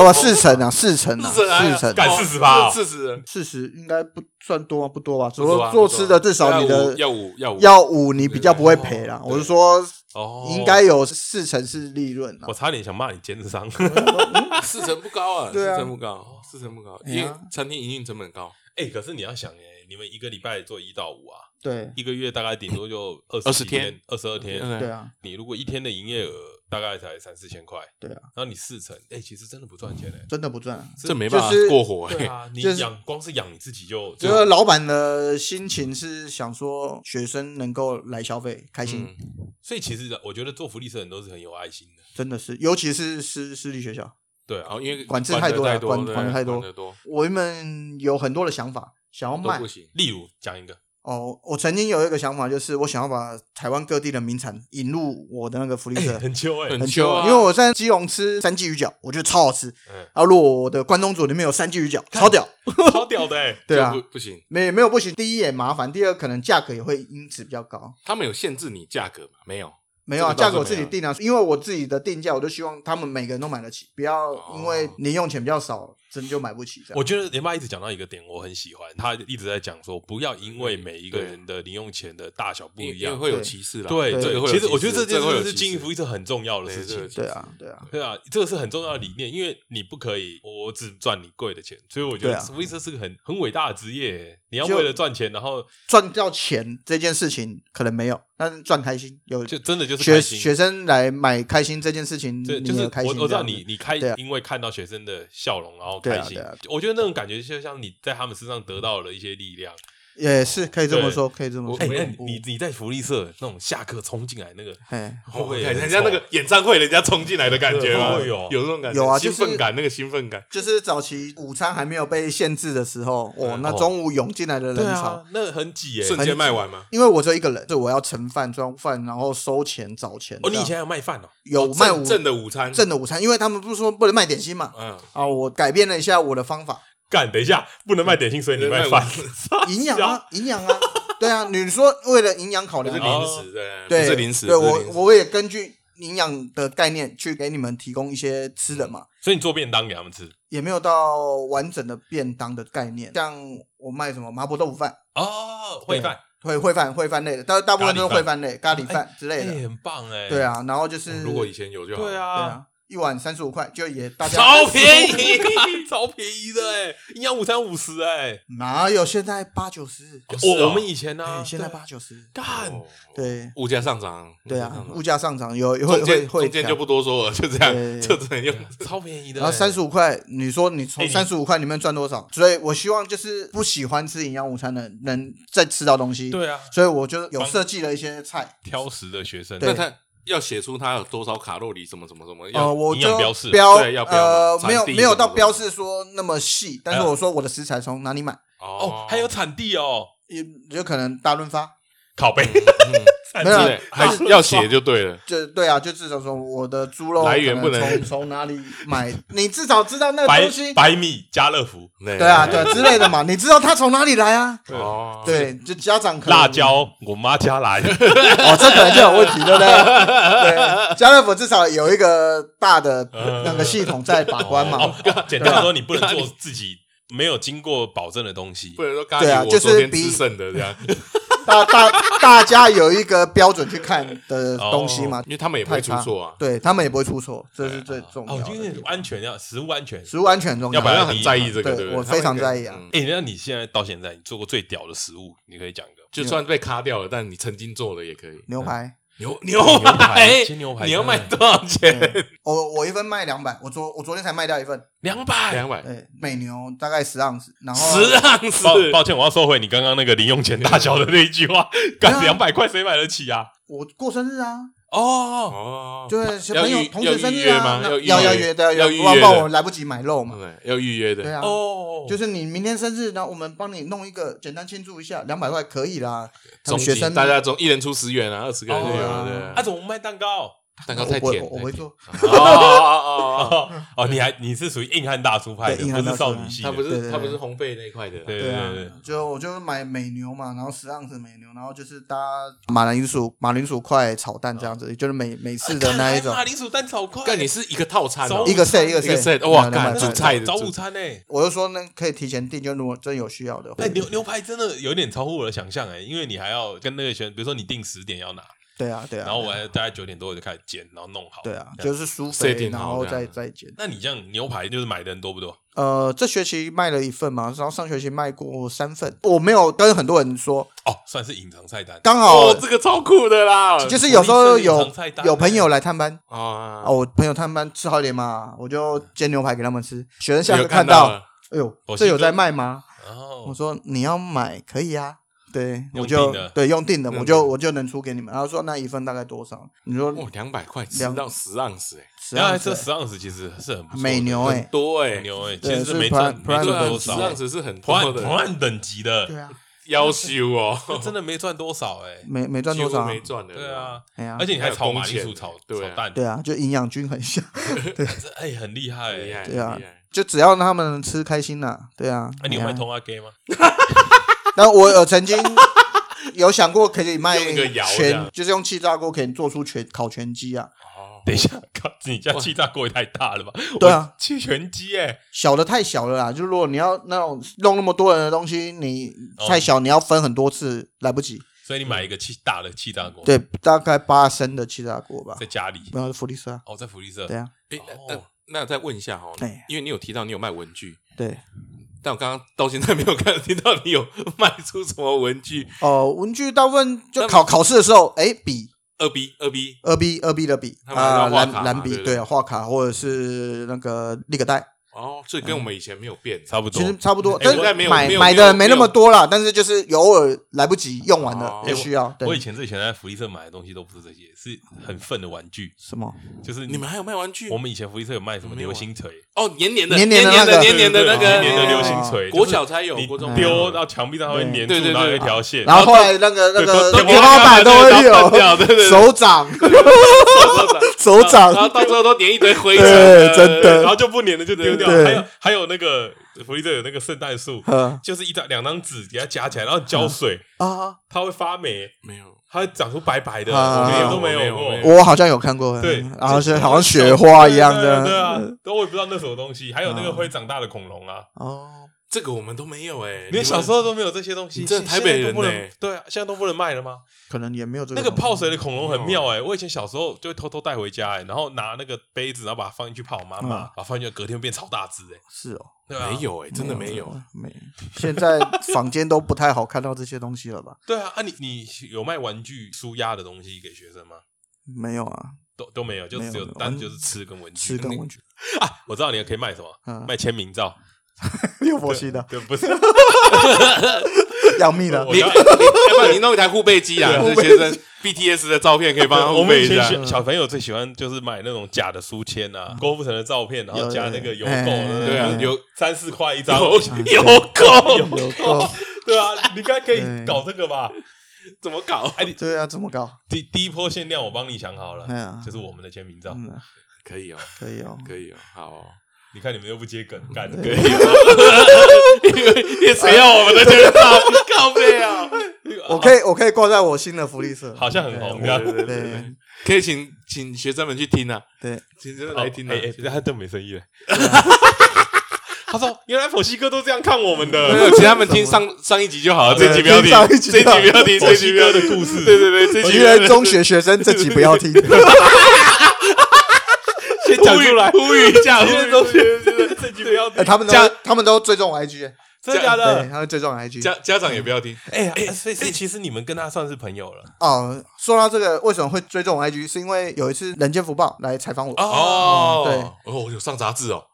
C: 哦，四成啊，四成啊，
B: 40哎呀
C: 四成，
A: 干40吧
B: 四十，
C: 四十应该不算多不多吧？只不
B: 不多
C: 过
B: 啊
C: 做
B: 不多啊
C: 吃的至少你的
B: 要五要五
C: 要五，你比较不会赔啦。
B: 对
C: 我是说，
A: 趴哦，
C: 应该有四成是利润啊嗯啦
A: 我。差点想骂你奸商。
B: 四成不高啊，
C: 对啊
B: 四成不高，四成不高，
C: 哎
B: 因
C: 呀
B: 为餐厅营运成本高，
A: 哎，可是你要想哎，你们一个礼拜做一到五啊，
C: 对
A: 一个月大概顶多就二
B: 20天
A: 天、二十二天。
C: 对啊，
A: 你如果一天的营业额大概才三四千块，
C: 对啊，
A: 然后你四成，哎，其实真的不赚钱哎。
C: 真的不赚啊。
B: 这没办法
C: 就是
B: 过火
A: 对
B: 哎，
A: 啊，你
C: 就是
A: 养光是养你自己就
C: 这个老板的心情是想说学生能够来消费开心，
B: 嗯
A: 所以其实我觉得做福利社人都是很有爱心的。
C: 真的是，尤其是私私立学校，
A: 对
B: 然
A: 啊，
B: 后因为
C: 管制
B: 得
C: 太
B: 太
C: 多了管
B: 对啊
C: 管得太多
B: 管得多
C: 我们有很多的想法想要
B: 都
C: 卖
B: 不行，
A: 例如讲一个，
C: 哦。我曾经有一个想法，就是我想要把台湾各地的名产引入我的那个福利社。
A: 很秋哎，
B: 很
C: 久
B: 秋啊
C: 因为我在基隆吃三季鱼饺，我觉得超好吃。
A: 嗯，
C: 然后如果我的关东煮里面有三季鱼饺，超屌。
A: 超屌的哎。
C: 对啊
B: 就，不不行，
C: 没没有不行。第一也麻烦，第二可能价格也会因此比较高。
B: 他们有限制你价格吗？没有，
C: 没有啊，
B: 这
C: 价
B: 个倒是
C: 格我自己定啊，因为我自己的定价，我就希望他们每个人都买得起，不要因为零用钱比较少，真就买不起这样。
A: 哦我觉得连妈一直讲到一个点，我很喜欢，她一直在讲说，不要因为每一个人的零用钱的大小不
B: 因为
A: 一
B: 因为
A: 样。
B: 会有
C: 对
B: 歧视啦，
A: 对，
C: 对
B: 这个会有
A: 其实
B: 歧
A: 我觉得这
B: 视
A: 件
B: 个会有
A: 事是
B: 歧
A: 经营
B: 视
A: 福利社很重要的
B: 对
A: 事
B: 这个
A: 情。
C: 对啊，对啊，
A: 对啊，这个是很重要的理念，因为你不可以我只赚你贵的钱，所以我觉
C: 对
A: 得
C: 啊
A: 福利社是个很很伟大的职业。你要
C: 就
A: 为了赚钱，然后
C: 赚到钱这件事情可能没有，但是赚开心有
A: 就真的就是
C: 学
A: 开心。
C: 学生来买开心这件事情，
A: 对，
C: 你
A: 就是
C: 也开
A: 我
C: 心
A: 我知道
C: 这样
A: 你
C: 子
A: 你开
C: 对啊，
A: 因为看到学生的笑容，然后
C: 对啊
A: 开心
C: 对啊，
A: 我觉得那种感觉就像你在他们身上得到了一些力量。
C: 也是可以这么
A: 对
C: 说，可以这么
B: 我
C: 说
A: 哎，
B: 我
A: 那
B: 也
A: 你你你在福利社那种下课冲进来那个，
C: 哎，
A: 会不会
B: 哦看
A: 很
B: 人家那
A: 臭
B: 个演唱会，人家冲进来的感觉
A: 对
B: 吗？
A: 会有
B: 有这种感觉，
C: 有啊就是
B: 兴奋感，那个兴奋感，
C: 就是早期午餐还没有被限制的时候，哦，
A: 嗯
C: 那
A: 哦
C: 中午涌进来的人
A: 对
C: 潮，
A: 啊，那很挤耶。
B: 瞬间卖完吗？
C: 因为我只有一个人，所以我要盛饭、装饭，然后收钱、找钱。
A: 哦，你以
C: 这样
A: 前还有卖饭哦？
C: 有卖午
B: 正正的午餐，
C: 正的午餐，因为他们不是说不能卖点心嘛？
B: 嗯，
C: 啊，我改变了一下我的 方法，
A: 干，等一下，不能卖点心，所以你卖饭。
C: 营养啊，营养啊，对啊，你说为了营养考
B: 不
C: 量
B: 是
C: 啊，
B: 零食的，
C: 对，
B: 不是零食，
C: 对
B: 不是
C: 我
B: 零食
C: 我也根据营养的概念去给你们提供一些吃的嘛。
A: 所以你做便当给他们吃
C: 也没有到完整的便当的概念，像我卖什么麻婆豆腐饭、
A: 哦，烩饭，
C: 烩烩饭、烩饭类的，但大部分都是
A: 咖喱
C: 烩饭类、咖喱饭之类
A: 哎，
C: 的。
A: 很棒哎。
C: 对，啊，然后就是
B: 哦如果以前有就 好，
A: 对，
C: 对
A: 啊，
C: 啊，一碗三十五块，就也大家
A: 超便 宜，超便宜的哎、营养午餐五十哎，
C: 哪有现在八九十？
B: 是
A: 我
B: 哦
A: 我们以前呢、
C: 对
A: 啊，
C: 现在
A: 对
C: 八九十，
A: 干
B: 哦
C: 对
B: 物价上涨，
C: 对
B: 物价
C: 啊
B: 上，涨
C: 物价上涨有会
B: 中
C: 会
B: 间
C: 会
B: 中间
C: 这样
B: 就不多说了，就这样
C: 对，
B: 就只能用
A: 超便宜的、哎
C: 然后三十
A: 五，
C: 五块，你说你
A: 哎
C: 从
A: 你
C: 三十五块里面赚多少？所以我希望就是不喜欢吃营养午餐的人能再吃到东西。，
A: 对啊，
C: 所以我就有
A: 帮
C: 设计了一些菜。
A: 挑食的学生，
C: 对
B: 那他要写出他有多少卡路里，什么什么什么，
C: 呃，
B: 要
C: 我
A: 营养
C: 就
A: 标示
C: 标
B: 对要标
C: 呃
B: 嘛产
C: 没有
B: 地
C: 没有
B: 什么
C: 到
B: 的
C: 标示说那么细，但是
A: 哎
B: 嗯
A: 呀
C: 我说我的食材从哪里买，
A: 哦，还有产地哦，
C: 也有可能大润发。
A: 拷贝， 产
C: 嗯没有啊
A: 地
B: 对，嗯还是要写就对了。
C: 就对啊，就至少说我的猪肉
B: 来源
C: 可
B: 不能
C: 从从哪里 买，你至少知道那个
A: 白
C: 东西，
A: 白米家乐福
B: 对
C: 对啊，对啊之类的嘛，你知道它从哪里来啊？
B: 哦，
C: 对，就家长可能
A: 辣椒，我妈家来的，
C: 哦，这可能就有 问题，对不对？对，家乐福至少有一个大的
B: 呃
C: 那个系统在把关嘛。啊
A: 哦简单说，你不能做自己没有经过保证的东西
B: 不，能说咖
C: 对啊
B: 喱
C: 就是
B: 我昨天
C: 比
B: 吃剩的这样，
C: 大大大家有一个标准去看的东西嘛，
B: 因为他哦们也不会出错啊。
C: 啊对他们也不会出错，这是最重要
A: 哦，就
C: 的
A: 是。安全要食物安全。
C: 食物安全很重
A: 要不然
B: 好像
A: 要
B: 很在意这个，
C: 对
B: 对不对？
C: 我非常
B: 他们
C: 在
B: 应
C: 意
B: 该
C: 啊
B: 嗯
A: 哎，那你现在到现在，你做过最屌的食物，你可以讲一个
B: 就算被卡掉了，但你曾经做的也可以。
C: 牛排，
B: 牛牛
A: 牛排
B: 排，
A: 煎牛排
B: 你要
A: 真的
B: 卖多少钱？
C: 对我我一份卖两百，我昨我昨天才卖掉一份，
A: 两百。
B: 两百
C: 对，美牛大概十盎司，然后
B: 十盎
A: 抱
B: 司，
A: 抱歉，我要收回你刚刚那个零用钱大小的那一句话，干
C: 对啊
A: 两百块谁买得起啊？
C: 我过生日啊，
A: 哦，
B: 哦，
C: 就是小
B: 要
C: 朋友
B: 预
C: 同
B: 要
C: 学生
B: 预
C: 日
B: 约
C: 啊
B: 吗，
C: 那
B: 要预
C: 要
B: 约
C: 要约的，
B: 要
C: 要
B: 预
C: 不然
B: 约
C: 不然
B: 的
C: 我来不及买肉嘛。
B: 对要预约
C: 对
B: 的。
C: 啊，
A: 哦，
C: 就是你明天生日，然后我们帮你弄一个简单庆祝一下，两百块可以啦。他
B: 总
C: 们学生啊
B: 大家总一人出十元啊，二十个人就有
C: 哦
B: 了。对
A: 啊，怎么不卖蛋糕？
B: 蛋糕
C: 我
B: 太
C: 不会
B: 甜，
C: 我我会做。
B: 太甜。哦哦哦哦哦，
A: 哦哦，你还你是属于硬汉大叔派的，
C: 对硬
A: 不
C: 汉大
A: 是
C: 叔啊
A: 少女系的。
B: 他不
C: 对对
B: 是
C: 对
B: 他不是烘焙那一块的啦，
A: 对
C: 对啊
A: 对，
C: 就我就买美牛嘛，然后十盎司美牛，然后就是搭马铃薯马铃薯块炒蛋这样子，就是美美式的那一种
A: 干，马铃薯蛋炒块，
B: 干你是一个套餐
A: 走
B: 哦，
C: 一个 set 一个
B: 一个
C: set，
B: set，哇
C: 两
B: 干
C: 百
B: 主
C: 块
B: 菜的
A: 早
B: 主
A: 午餐呢？
C: 我就说那可以提前订，就如果真有需要的，
A: 哎，牛牛排真的有点超乎我的想象哎，因为你还要跟那个学生，比如说你定十点要拿，
C: 对啊对啊，
A: 然后我还大概九点多我就开始煎，然后弄好。
C: 对啊，
A: 这样
C: 就是苏
B: 设
C: 肥，
B: 定
C: 然
B: 好
C: 后
B: 这样
C: 再再减。
A: 那你这样牛排就是买的人多不多？
C: 呃，这学期卖了一份嘛，然后上学期卖过三份，我没有跟很多人说，
A: 哦，算是隐藏菜单。
C: 刚好
B: 哦，这个超酷的啦，
C: 就是有时候
A: 我
C: 有
A: 们是隐藏菜单
C: 有
A: 欸
C: 朋友来探班，
B: 啊
C: 啊，，我朋友他们吃好一点嘛，我就煎牛排给他们吃。学生下
B: 有
C: 课看到，
B: 到了
C: 哎呦，
A: 我
C: 这
A: 是
C: 有
A: 一个
C: 在卖吗？我
A: 哦，
C: 说你要买可以啊，对我
A: 用
C: 就
A: 订的
C: 对用订的，我
B: 用
C: 就我就能出给你们。然后说那一份大概多少？你说
B: 哇，哦两百块吃
C: 两
B: 到十盎司，哎，
C: 十
A: 然后
C: 二
A: 这十盎司其实是很不错的
C: 美牛哎、
B: 很多
A: 很
B: 哎，
A: 牛哎，其
C: 对
A: 实是
C: 是
A: 没赚
C: prime-
A: 没赚
C: prime
B: 对啊，
A: 多
B: 十
A: 少，
B: 盎司是很
A: 同
B: 多
A: 案
B: 的
A: 同，案等级的，
C: 对啊，
B: 要修哦，
A: 那 真的没赚多少哎。
C: 没 没赚多少、
B: 几
C: 啊
B: 乎，没赚的，
A: 对啊，
C: 哎呀、
A: 而且你还炒马
B: 还有
A: 铃薯
B: 工钱
A: 炒
B: 对
A: 炒
B: 啊
A: 蛋，
C: 对啊，就营养均衡一下，
A: 这哎很厉害
B: 很厉
A: 哎。
B: 害，
C: 对啊
B: 很厉害
C: 就只要让他们吃开心啦、对啊，
A: 那你有
C: 哎呀
A: 卖通阿 gay 吗？
C: 那我有曾经有想过可以卖
B: 用一个窑这
C: 全
B: 样，
C: 就是用气炸锅可以做出全烤全鸡啊，
B: 哦，
A: 等一下，靠，你家气炸锅也太大了吧？
C: 对啊，
A: 气全鸡哎，
C: 小的太小了啦，就是如果你要那种弄那么多人的东西，你
A: 哦
C: 太小，你要分很多次，来不及。
A: 所以你买一个气大的气炸锅，，
B: 哦
C: 对，大概八升的气炸锅吧
A: 在，家里。
C: 不要福利社啊。
A: 哦，在福利社，
C: 对啊，
B: 哎，那那
A: 哦
B: 那再问一下哈
C: 哎，
B: 因为你有提到你有卖文具，
C: 对，
B: 但我刚刚到现在没有看听到你有卖出什么文具，
C: 哦，文具大部分就
B: 那
C: 考考试的时候，哎，笔，
B: 二 B 二 B
C: 二 B 二 B 的笔
B: 他们还
C: 啊，
B: 要画
C: 蓝
B: 卡嘛
C: 蓝笔，
B: 对不对
C: 对，画卡或者是那个立可带，
B: 哦，所以跟我们以前没有变，
A: 差不多
C: 其。实差不多。
B: 哎
C: 但
B: 我也没
C: 是
B: 有
C: 买
B: 没有
C: 买
B: 没有
C: 的没那么
B: 没有
C: 多啦，但是就是有偶尔来不及用完了
B: 哦
C: 也
B: 哎
C: 需要。
A: 我以
C: 对，
A: 前最喜欢在福利社买的东西都不是这些，是很粪的玩具，
C: 什么？
A: 就是
B: 你们还有卖玩具？
A: 我们以前福利社有卖什么
B: 没有
A: 流
B: 啊
A: 星锤，
B: 哦，黏黏的，
C: 黏黏
B: 黏
C: 的那
B: 的，
C: 个
B: 黏黏的那个，
A: 黏黏的流星
C: 哦
A: 锤，
B: 国
A: 就是
B: 小才有，
A: 你
B: 国中哦没
A: 丢
B: 有
A: 到墙壁上它会粘住，
B: 对对对
A: 然后有
B: 对
A: 一条线，
C: 然后后来那个那个
B: 都都
C: 天花板都会
B: 都断掉对对
C: 有
B: 对
C: 手掌，手掌
B: 然后到最后都粘一堆 灰尘，
C: 对真的
A: 然后就不粘了就丢掉。
C: 对
A: 还有还有那个福利社有那个圣诞树，
C: 呵
A: 就是一张两张纸给它夹起来，然后浇水，
C: 啊，
A: 它会发霉，
B: 没有，
A: 它会长出白白的，
C: 啊
A: 我们也都没有
B: 没有
A: 过
B: 没。有
C: 我好像有看过，
A: 对
C: 嗯然后是好像雪花一样
A: 对啊对啊
C: 的，
A: 对啊，都我也不知道那什么东西，还有那个会长大的恐龙啊，
C: 哦，
B: 这个我们都没有哎、
A: 你
B: 们
A: 小时候都没有这些东西，
B: 你这
A: 现
B: 台北
A: 现在
B: 人
A: 都不能
B: 呢
A: 对啊，现在都不能卖了吗？
C: 可能也没有这个
A: 那个
C: 东西
A: 泡水的恐龙很妙哎、我以前小时候就会偷偷带回家哎、然后拿那个杯子，然后把它放进去泡，我妈妈
C: 嗯
A: 把它放进去，隔天变超大只哎、
C: 是哦，
A: 对啊，
B: 没有哎、真的没有。
C: 没。现在坊间都不太好看到这些东西了吧？
A: 对啊，啊你你有卖玩具舒压的东西给学生吗？
C: 没有啊，
A: 都都没有，就
C: 没有
A: 只有
C: 没有
A: 单
C: 玩
A: 就是吃跟文具，
C: 吃跟文具，
A: 啊，我知道你可以卖什么，
C: 嗯
A: 卖签名照，
C: 有佛系的，
A: 对，不是，
C: 杨幂的
A: 我，要
B: 要不然你弄一台护背 机啊，这学生 BTS 的照片可以帮他
A: 我
B: 护
A: 们
B: 背
A: 以
B: 一
A: 前
B: 下。
A: 小小朋友最喜欢就是买那种假的书签啊，郭富城的照片，然后
C: 有
A: 加
C: 有
A: 那个邮
C: 哎
A: 购，
C: 嗯哎
B: 对啊
C: 哎，
B: 有
A: 三四块一张，
B: 有有狗，
C: 有够，
A: 对啊，你应该可以
C: 对
A: 搞这个吧？
B: 怎么搞？
A: 哎，你
C: 对啊，这么高，
A: 第第一波限量我帮你想好了
C: 哎，呀
A: 就是我们的签名照，
C: 嗯，
B: 可以哦，
C: 可以哦，
B: 可以哦，好哦。
A: 你看你们又不接梗，干
C: 对
A: 对，
B: 因为谁要我们的签到？ 靠背啊！
C: 我可以，我可以挂在我新的福利社，
A: 好像很红
C: 对
A: 这样
B: 对对对对，可以请请学生们去听啊，
C: 对，
B: 请学生
A: 好
B: 来听啊
A: 哎。哎，他都没生 意了。他说：“原来佛西哥都这样看我们
B: 没
A: 的，
B: 哎有，请他们听上上一集就好了，这集不要听
C: 听上，一集
B: 这集
C: 就好
B: 不要听，
A: 佛
B: 这
A: 西
B: 集不
A: 哥
B: 要
A: 的
B: 听。
A: 故事。”
B: 对对对， 这集
C: 原来中学学生这集不 要听，
A: 先讲出来，
B: 呼吁一 下，
A: 其
B: 呼
A: 实
B: 吁
A: 都
B: 中学
A: 这集不要
C: 哎，他们都
B: 这样
C: 他们都追踪我 IG，
A: 真的假
C: 对，
A: 的？
C: 他们追踪我 IG。
B: 家家长也不要听，
A: 哎哎，所以所以其实你们跟他算是朋友了
C: 哦，说到这个，为什么会追踪我 IG？是因为有一次《人间福报》来采访我，嗯
B: 哦，对，哦，有上杂志哦，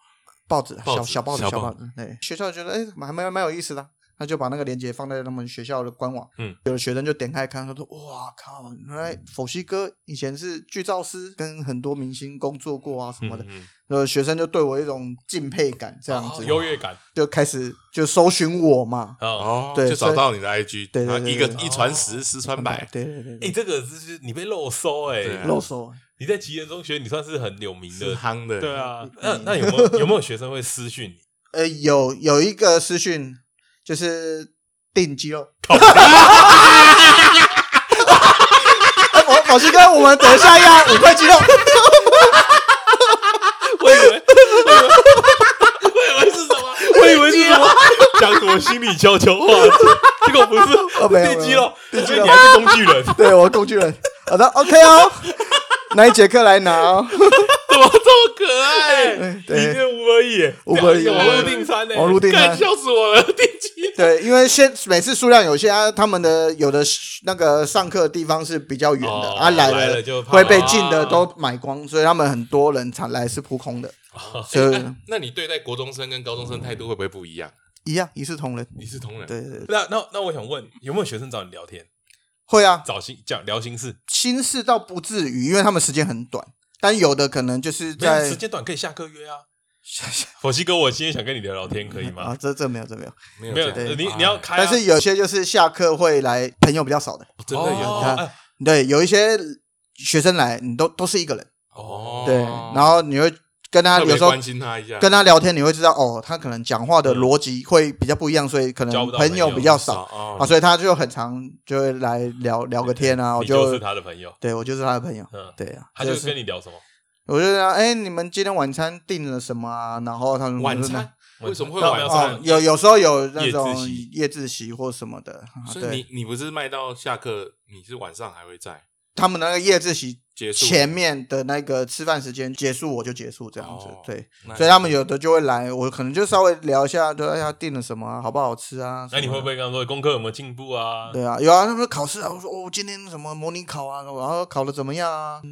C: 报纸，
B: 报
C: 小
B: 纸
C: 小报纸，
B: 小
C: 小
B: 报
C: 报纸。对，学校觉得哎，蛮还蛮蛮有意思的啊，他就把那个链接放在他们学校的官网。
A: 嗯，
C: 有的学生就点开看，他说：“哇靠，原来否西哥以前是剧照师，跟很多明星工作过啊什么的。”
A: 嗯
C: 呃，学生就对我一种敬佩感，这样
B: 哦
A: 嗯，
C: 子
A: 优越感
C: 就开始就搜寻我嘛。
A: 啊！
B: 哦，
C: 对
B: 就找到你的 IG，
C: 对对
B: 然后
C: 对
B: 一个
C: 对哦
B: 一传十，十传百，
C: 对对对
A: 哎，
C: 对，
A: 这个就是你被漏收
B: 对啊
A: 哎，
C: 漏收。
A: 你在吉言中学你算是很有名
B: 是
A: 的，
B: 夯的，
A: 对，啊。那
C: 嗯
A: 那有没有有没有学生会私讯 你？
C: 呃，有有一个私讯就是定肌 肉。哎，宝宝西哥，我们等一下要五块肌肉。
A: 我以为
B: 我以为是 什么？
A: 我以为是什么讲什么心理悄悄话， 结果不是
C: 哦没有
A: 电击
C: 没有
A: 了，所以你还是工具人。
C: 对啊我工具人，好的，OK 哦，那一节课来拿哦。
B: 怎么这么可爱？
C: 哎
A: 你
C: 对，
A: 这五而已，
C: Uber Eats
A: 网络订餐呢？
C: 网络订
B: 看
C: 单。
B: 笑死我了，第七。
C: 对，因为现每次数量有限啊，他们的有的是那个上课的地方是比较远的、
A: 哦
C: 啊，来
A: 来了就怕
C: 会被禁的都买光，所以他们很多人才来是扑空的，所以
B: 哎那那你对待国中生跟高中生态度会不会不一样？
C: 一样一视同仁。
B: 你是同人，
C: 对对对，
A: 那那那我想问，有没有学生找你聊天，
C: 会啊，
A: 找心讲聊心事？
C: 心事倒不至于，因为他们时间很短，但有的可能就是
A: 没有
C: 在
A: 时间短可以下课约啊。火西哥，我今天想跟你聊聊天，可以
C: 啊，
A: 吗？
C: 这这没有这没有，
B: 没
A: 没有，
B: 这
A: 呃
B: 样
A: 你
B: 哎
A: 你要开啊，
C: 但是有些就是下课会来朋友比较少的，
B: 真的有
A: 哦
C: 他
A: 哎
C: 对，有一些学生来你都都是一个人，
B: 哦，
C: 对，然后你会跟他
B: 特别
C: 有时候
B: 关心他一
A: 啊
B: 下，
C: 跟他聊天，你会知道哦，他可能讲话的逻辑会比较不一样，所以可
A: 嗯交
C: 能
A: 不到朋友
C: 比较
B: 少
C: 少啊，
B: 哦，
C: 所以他就很常就会来聊聊个天啊，我
A: 你就是
C: 就
A: 他的朋友，
C: 对我就是他的朋友，
A: 嗯，
C: 对啊，
A: 他就
C: 就是
A: 跟你聊什么？
C: 我就说哎，你们今天晚餐订了什么啊？然后他们
B: 晚
C: 就说
B: 餐为什么会
A: 那
B: 晚
C: 哦
B: 餐，？
C: 有有时候有那
A: 夜
C: 种
A: 自习
C: 夜自习或什么的，啊
B: 所以
C: 对，
B: 你你不是卖到下课，你是晚上还会在
C: 他们那个夜自习
B: 结束
C: 前面的那个吃饭时间结束，我就结束这样子
B: 哦，
C: 对，
B: 那
C: 所以他们有的就会来，我可能就稍微聊一下，对，哎呀，订了什么啊，好不好吃啊？
A: 那你
C: 什
A: 会
C: 么的
A: 不会跟他说功课有没有进步啊？
C: 对啊，有啊，他们考试啊，我说哦，今天什么模拟考啊，然后考的怎么样啊？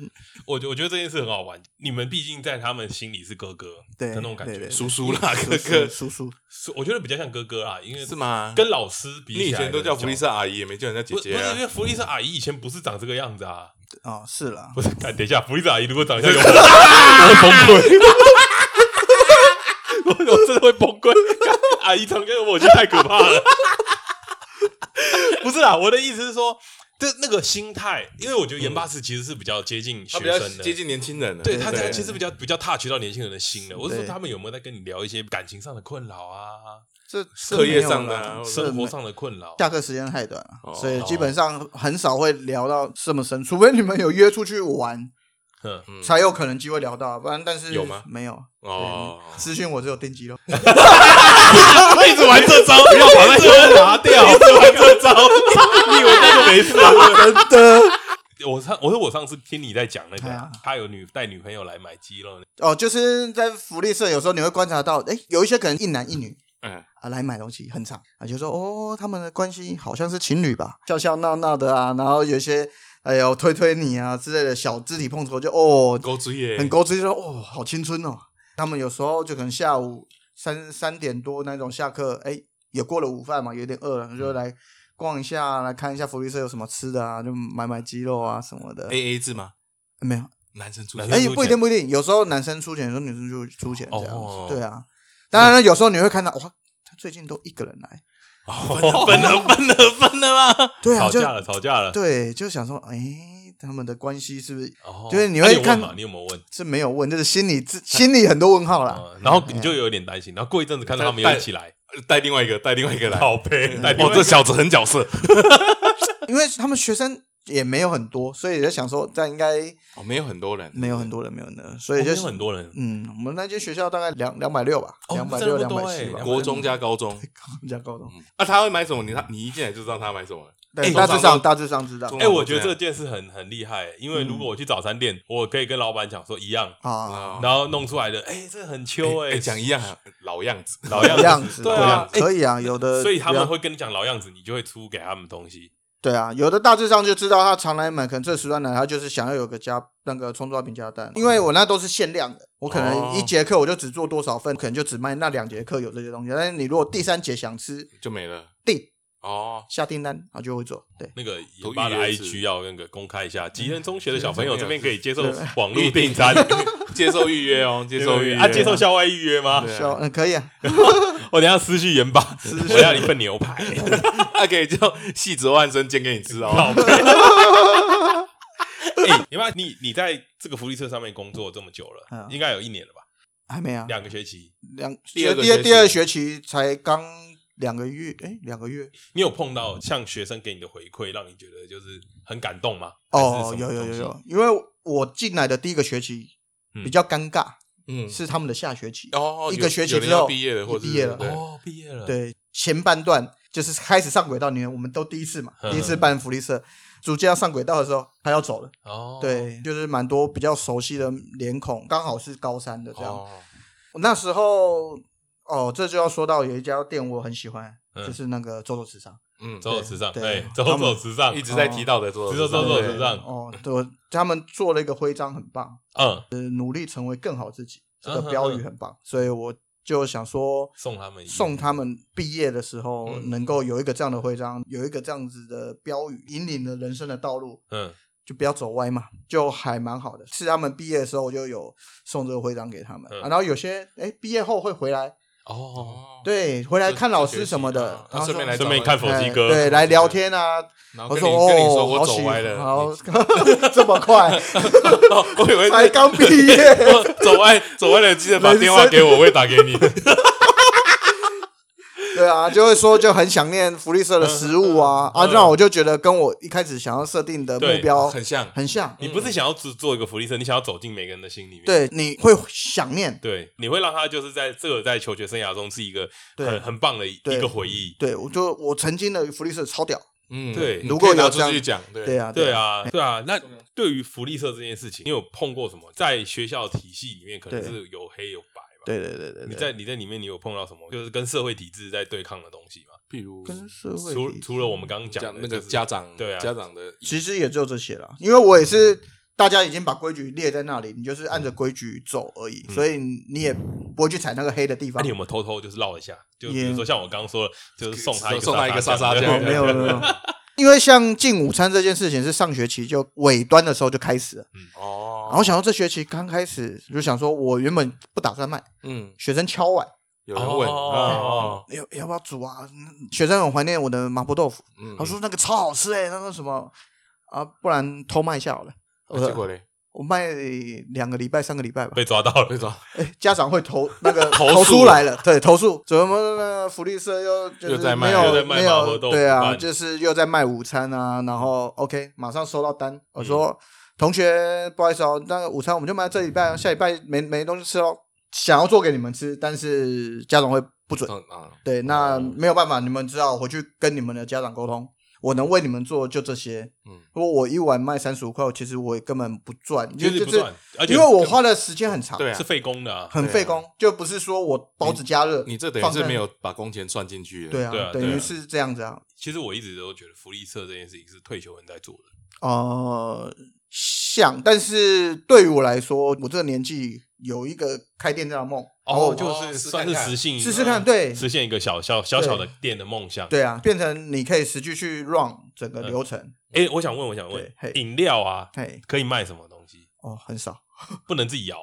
A: 我觉我觉得这件事很好玩，你们毕竟在他们心里是哥哥
C: 对
A: 的那种感
C: 对
A: 觉
C: 对，
B: 叔叔啦，
C: 叔
B: 哥哥
C: 叔叔叔，
A: 是我觉得比较像哥哥啊，因为
B: 是吗？
A: 跟老师比
B: 你以
A: 起来
B: 前
A: 的
B: 都叫福利
A: 比较
B: 社阿姨，也没叫人家姐
A: 不
B: 姐
A: 不是
B: 啊
A: 因。为福利社阿姨以前不是长这个样子啊，
C: 哦，是啦，
A: 不是，看等一下，福利社阿姨如果 长相有我，我会崩溃，我我真的会崩溃。 干阿姨长相有我，我觉得太可怕了。不是啦，我的意思是说，这那个心态，因为我觉得盐巴士其实是比较接近学
B: 他比较
A: 生的，
B: 接近年轻人了，
A: 对他
C: 对
A: 这样
C: 对
A: 其实比较比较 touch 到年轻人的心的。我是说，
C: 对
A: 他们有没有在跟你聊一些感情上的困扰啊，
C: 这
B: 课业上的
C: 的、
B: 啊
C: 这
A: 生活
C: 没
A: 上的困扰？啊
C: 下课时间太短了，
B: 哦
C: 所以基本上很少会聊到这么深，除非你们有约出去玩。
A: 哼，
B: 嗯
C: 才有可能机会聊到，不然但是
B: 有吗
C: 没有
B: 哦，
C: 私讯我只有电击肉，
B: 一直玩这招，不要把那些拿掉，一直玩这招，你以为那个没事？
C: 真的
A: 我上我说我上次听你在讲那
C: 哎
A: 个
B: 啊
C: 呀，
A: 他有女带女朋友来买鸡肉，
C: 哦，就是在福利社有时候你会观察到，哎，有一些可能一男一女。
B: 嗯，
C: 啊，来买东西很长啊，就说哦，他们的关系好像是情侣吧，笑笑闹闹的啊，然后有一些哎呦推推你啊之类的小肢体碰触，就哦
B: 勾追耶，
C: 很勾追，说哦好青春哦。他们有时候就可能下午三三点多那种下课，哎也过了午饭嘛，有点饿了，
B: 嗯
C: 就来逛一下，来看一下福利社有什么吃的啊，就买买鸡肉啊什么的。
B: A A 制吗？
C: 没有，
B: 男生出
A: 男生
B: 钱
C: 哎
A: 出
C: 不一
A: 钱
C: 定不一定，有时候男生出钱，有时候女生就出钱这样子，
B: 哦
C: 对啊。当然了，有时候你会看到哇，他最近都一个人来。
B: 分了分了分了吗？
C: 对
A: 哦
C: 啊，
A: 吵
C: 就
A: 架了，吵架了。
C: 对，就想说，哎，他们的关系是不是
A: 哦
C: 就是你
A: 那
C: 会
A: 有问
C: 看
A: 嘛你有没有问？
C: 是没有问，就是心里自心里很多问号啦。
A: 啊然后你就有点担心，然后过一阵子看到他们又一起来， 嗯
B: 带另外一个，带另外一个来，
A: 好呗，
C: 嗯
A: 带另
B: 哦
A: 外，一
B: 这
A: 个
B: 小子很角色。
C: 因为他们学生也没有很多，所以在想说，这样应该
B: 哦，没有很多人，
C: 没有很多人，没有很多人，所以
A: 哦
C: 就
A: 没有很多人，
C: 嗯，我们那间学校大概两两百六吧，
A: 哦
C: 两百
A: 真
C: 六
A: 的
C: 两
A: 不多
C: 百
A: 欸
C: 七吧，
B: 国中加高中。
C: 比较高中，
B: 嗯啊，他会买什么？你他你一进来就知道他买什么。
C: 对，
B: 哎
C: 大致
B: 通常
C: 上
B: 都
C: 大致上知道
B: 通
A: 哎、
B: 常
A: 我觉得这件事很很厉害，因为如果我去早餐店，我可以跟老板讲说一样，
C: 啊，
A: 然后弄出来的，哎、这很秋哎、
B: 哦哎讲一样啊老样子，
A: 老样子，
C: 样子
A: 对
C: 这
A: 啊
C: 样，
A: 哎
C: 可以啊，有的
A: 所以他
C: 比较
A: 们会跟你讲老样子，你就会出给他们东西。
C: 对啊，有的大致上就知道他常来买，可能这时段来他就是想要有个加那个葱抓饼加蛋，因为我那都是限量的，我可
B: 哦
C: 能一节课我就只做多少份，可能就只卖那两节课有这些东西。但是你如果第三节想吃，
B: 就没了。
C: 订
B: 哦，
C: 下订单，他就会做。对，
A: 那个研
B: 都
A: 发的
B: 预约制
A: IG 要那个公开一下，吉恩中学的小朋友
B: 吉
A: 这
B: 恩中学
A: 边可以接受
C: 对
A: 网络订 餐，
B: 接受预约哦，接受预约
A: 啊，接受校外预约吗？哦
B: 对啊
C: 小嗯可以啊，
A: 我等一下私去研吧，我要一份牛排，哎
B: 他可以叫啊细子万生煎给你 吃哦
A: 好。呗。哎，你妈，你你在这个福利社上面工作这么久了
C: 嗯，
A: 应该有一年了吧？
C: 还没啊，
A: 两个学期，
C: 两
B: 第二个
C: 第
B: 学期
C: 二第二学期才刚两个月，哎，两个月
A: 你有碰到像学生给你的回馈，让你觉得就是很感动吗？还
C: 哦，
A: 是什
C: 有
A: 么
C: 有
A: 东
C: 有
A: 西，
C: 有，因为我进来的第一个学期
A: 嗯
C: 比较尴尬，
B: 嗯，
C: 是他们的下学期
B: 哦，
C: 一
B: 有
C: 个学期
B: 有人
C: 之后
B: 要毕业了，或者是
C: 毕业了
B: 对
A: 哦，毕业了，，
C: 对，前半段就是开始上轨道，你我们都第一次嘛，
A: 嗯
C: 第一次办福利社，逐渐要上轨道的时候，他要走了。
A: 哦，
C: 对，就是蛮多比较熟悉的脸孔，刚好是高三的这样。
B: 哦，
C: 那时候哦，这就要说到有一家店我很喜欢，
A: 嗯
C: 就是那个周周时尚。
B: 嗯，
A: 走走时尚，
C: 对
A: 对，
C: 对
A: 哎走
C: 他们
A: 走时尚，
B: 一直在提到的做
A: 只有周周
B: 对
A: 时尚
C: 哦，对，我他们做了一个徽章，很棒，
A: 嗯，
C: 呃，努力成为更好自己，这
A: 嗯嗯
C: 个标
A: 嗯
C: 语很棒，所以我就想说。
A: 送他们一
C: 送他们毕业的时候，
B: 嗯
C: 能够有一个这样的徽章，有一个这样子的标语，引领了人生的道路，
A: 嗯，
C: 就不要走歪嘛，就还蛮好的。是他们毕业的时候，我就有送这个徽章给他们。
A: 嗯
C: 啊、然后有些哎，毕业后会回来，
A: 哦，
C: 对，回来看老师什么
B: 啊
C: 的，然后
B: 顺便来
C: 说
A: 顺便看否极
C: 哎
A: 哥，
C: 对，来聊天啊。
B: 然后
C: 我
B: 跟
C: 说
B: 你跟你说
C: 哦，
B: 我
C: 好
B: 走
C: 喜
B: 歪 了，
C: 好 这么快，
B: 哦我以为
C: 才
B: 是
C: 刚毕业，
B: 走歪走歪了，记得把
C: 人生
B: 电话给我，我会打给你。
C: 对啊，就会说就很想念福利社的食物啊
A: 嗯
C: 啊
A: 嗯，
C: 那我就觉得跟我一开始想要设定的目
A: 对
C: 标
B: 很像，
C: 很像，
A: 你不是想要只做一个福利社，你想要走进每个人的心里面。
C: 对，你会想念。
A: 对，你会让他就是在这个在求学生涯中是一个
C: 对
A: 很很棒的一
C: 对
A: 一个回忆。
C: 对，我就我曾经的福利社超屌，
B: 嗯，
A: 对
B: 你
C: 如果
B: 可以拿
C: 有
B: 出
C: 这样
B: 去讲，对
C: 对啊，
A: 对
C: 啊，
A: 啊，对啊。那对于福利社这件事情，你有碰过什么？在学校体系里面，可能
C: 对
A: 是有黑有白吧。
C: 对啊对对对，
A: 你
C: 对
A: 在你在里面，你有碰到什么？就是跟社会体制在对抗的东西吗？
B: 譬如
C: 跟社会
A: 除
C: 体制
A: 除了我们刚刚
B: 讲
A: 讲的
B: 那个
A: 就是
B: 家长，
A: 对啊
B: 家长的
C: 其实也就这些了，因为我也是大家已经把规矩列在那里，你就是按着规矩走而已，所以你也不会去踩那个黑的地
A: 嗯那、啊
C: 方
A: 你。有没有偷偷就是绕一下？就比
C: 也
A: 如说像我刚刚说的，就是送他一个
B: 送他一个
A: 沙
B: 沙沙
C: 哦，
B: 酱
C: 没有没有没有，因为像进午餐这件事情是上学期就尾端的时候就开始了，
B: 哦，
C: 然后想到这学期刚开始就想说，我原本不打算卖，
B: 嗯，
C: 学生敲碗，
B: 有人问
A: 哦
B: 哦，
C: 要要不要煮啊？嗯学生很怀念我的麻婆豆腐，
B: 嗯，
C: 他说那个超好吃哎、那个什么啊，不然偷卖一下好了。我
B: 啊结果
C: 说
B: 嘞，
C: 我卖两个礼拜、三个礼拜吧。
A: 被抓到了
B: 会。说
C: 哎，家长会投那 个
B: 投诉
C: 投诉来了，对，投诉怎么那个福利社又就
B: 又在
C: 是
B: 卖
C: 没
B: 又
A: 在
C: 有
A: 卖
C: 没
A: 麻婆
C: 有
A: 豆腐
C: 对啊，
A: 饭嗯
C: 就是又在卖午餐啊，然后 OK，马上收到单，我说同学，不好意思哦，那个午餐我们就卖到这礼拜哦，下礼拜没没东西吃喽。想要做给你们吃，但是家长会不准。
B: 嗯啊，
C: 对，那
B: 嗯
C: 没有办法，你们只好回去跟你们的家长沟通。我能为你们做就这些。
B: 嗯，
C: 如果我一碗卖三十五块，其实我也根本不赚，因
A: 就
C: 为
A: 是不赚，而且
C: 因为我花的时间很长，
B: 对啊
A: 是，费工的啊。
C: 很费工，就不是说我包子加热，
B: 你这等于
C: 放
B: 是
C: 在
B: 没有把工钱算进去。
C: 对啊
A: 对啊，
C: 等
A: 对
C: 于
A: 啊
C: 是这样子啊。
A: 其实我一直都觉得福利社这件事情是退休人在做的。
C: 呃，像，但是对于我来说，我这个年纪有一个开店这样的梦，
B: 哦
C: 然后我哦就
A: 就是
B: 试
A: 哦算
B: 看
A: 是
B: 看
A: 实现
C: 试试看，对
A: 实现一个小小小小的店的梦想。，
C: 对啊，变成你可以实际去 run 整
B: 嗯
C: 个流程，
A: 哎，我想问，我想问
C: 对嘿，
A: 饮料啊，
C: 嘿，
A: 可以卖什么东西？
C: 哦，很少，
A: 不能自己摇，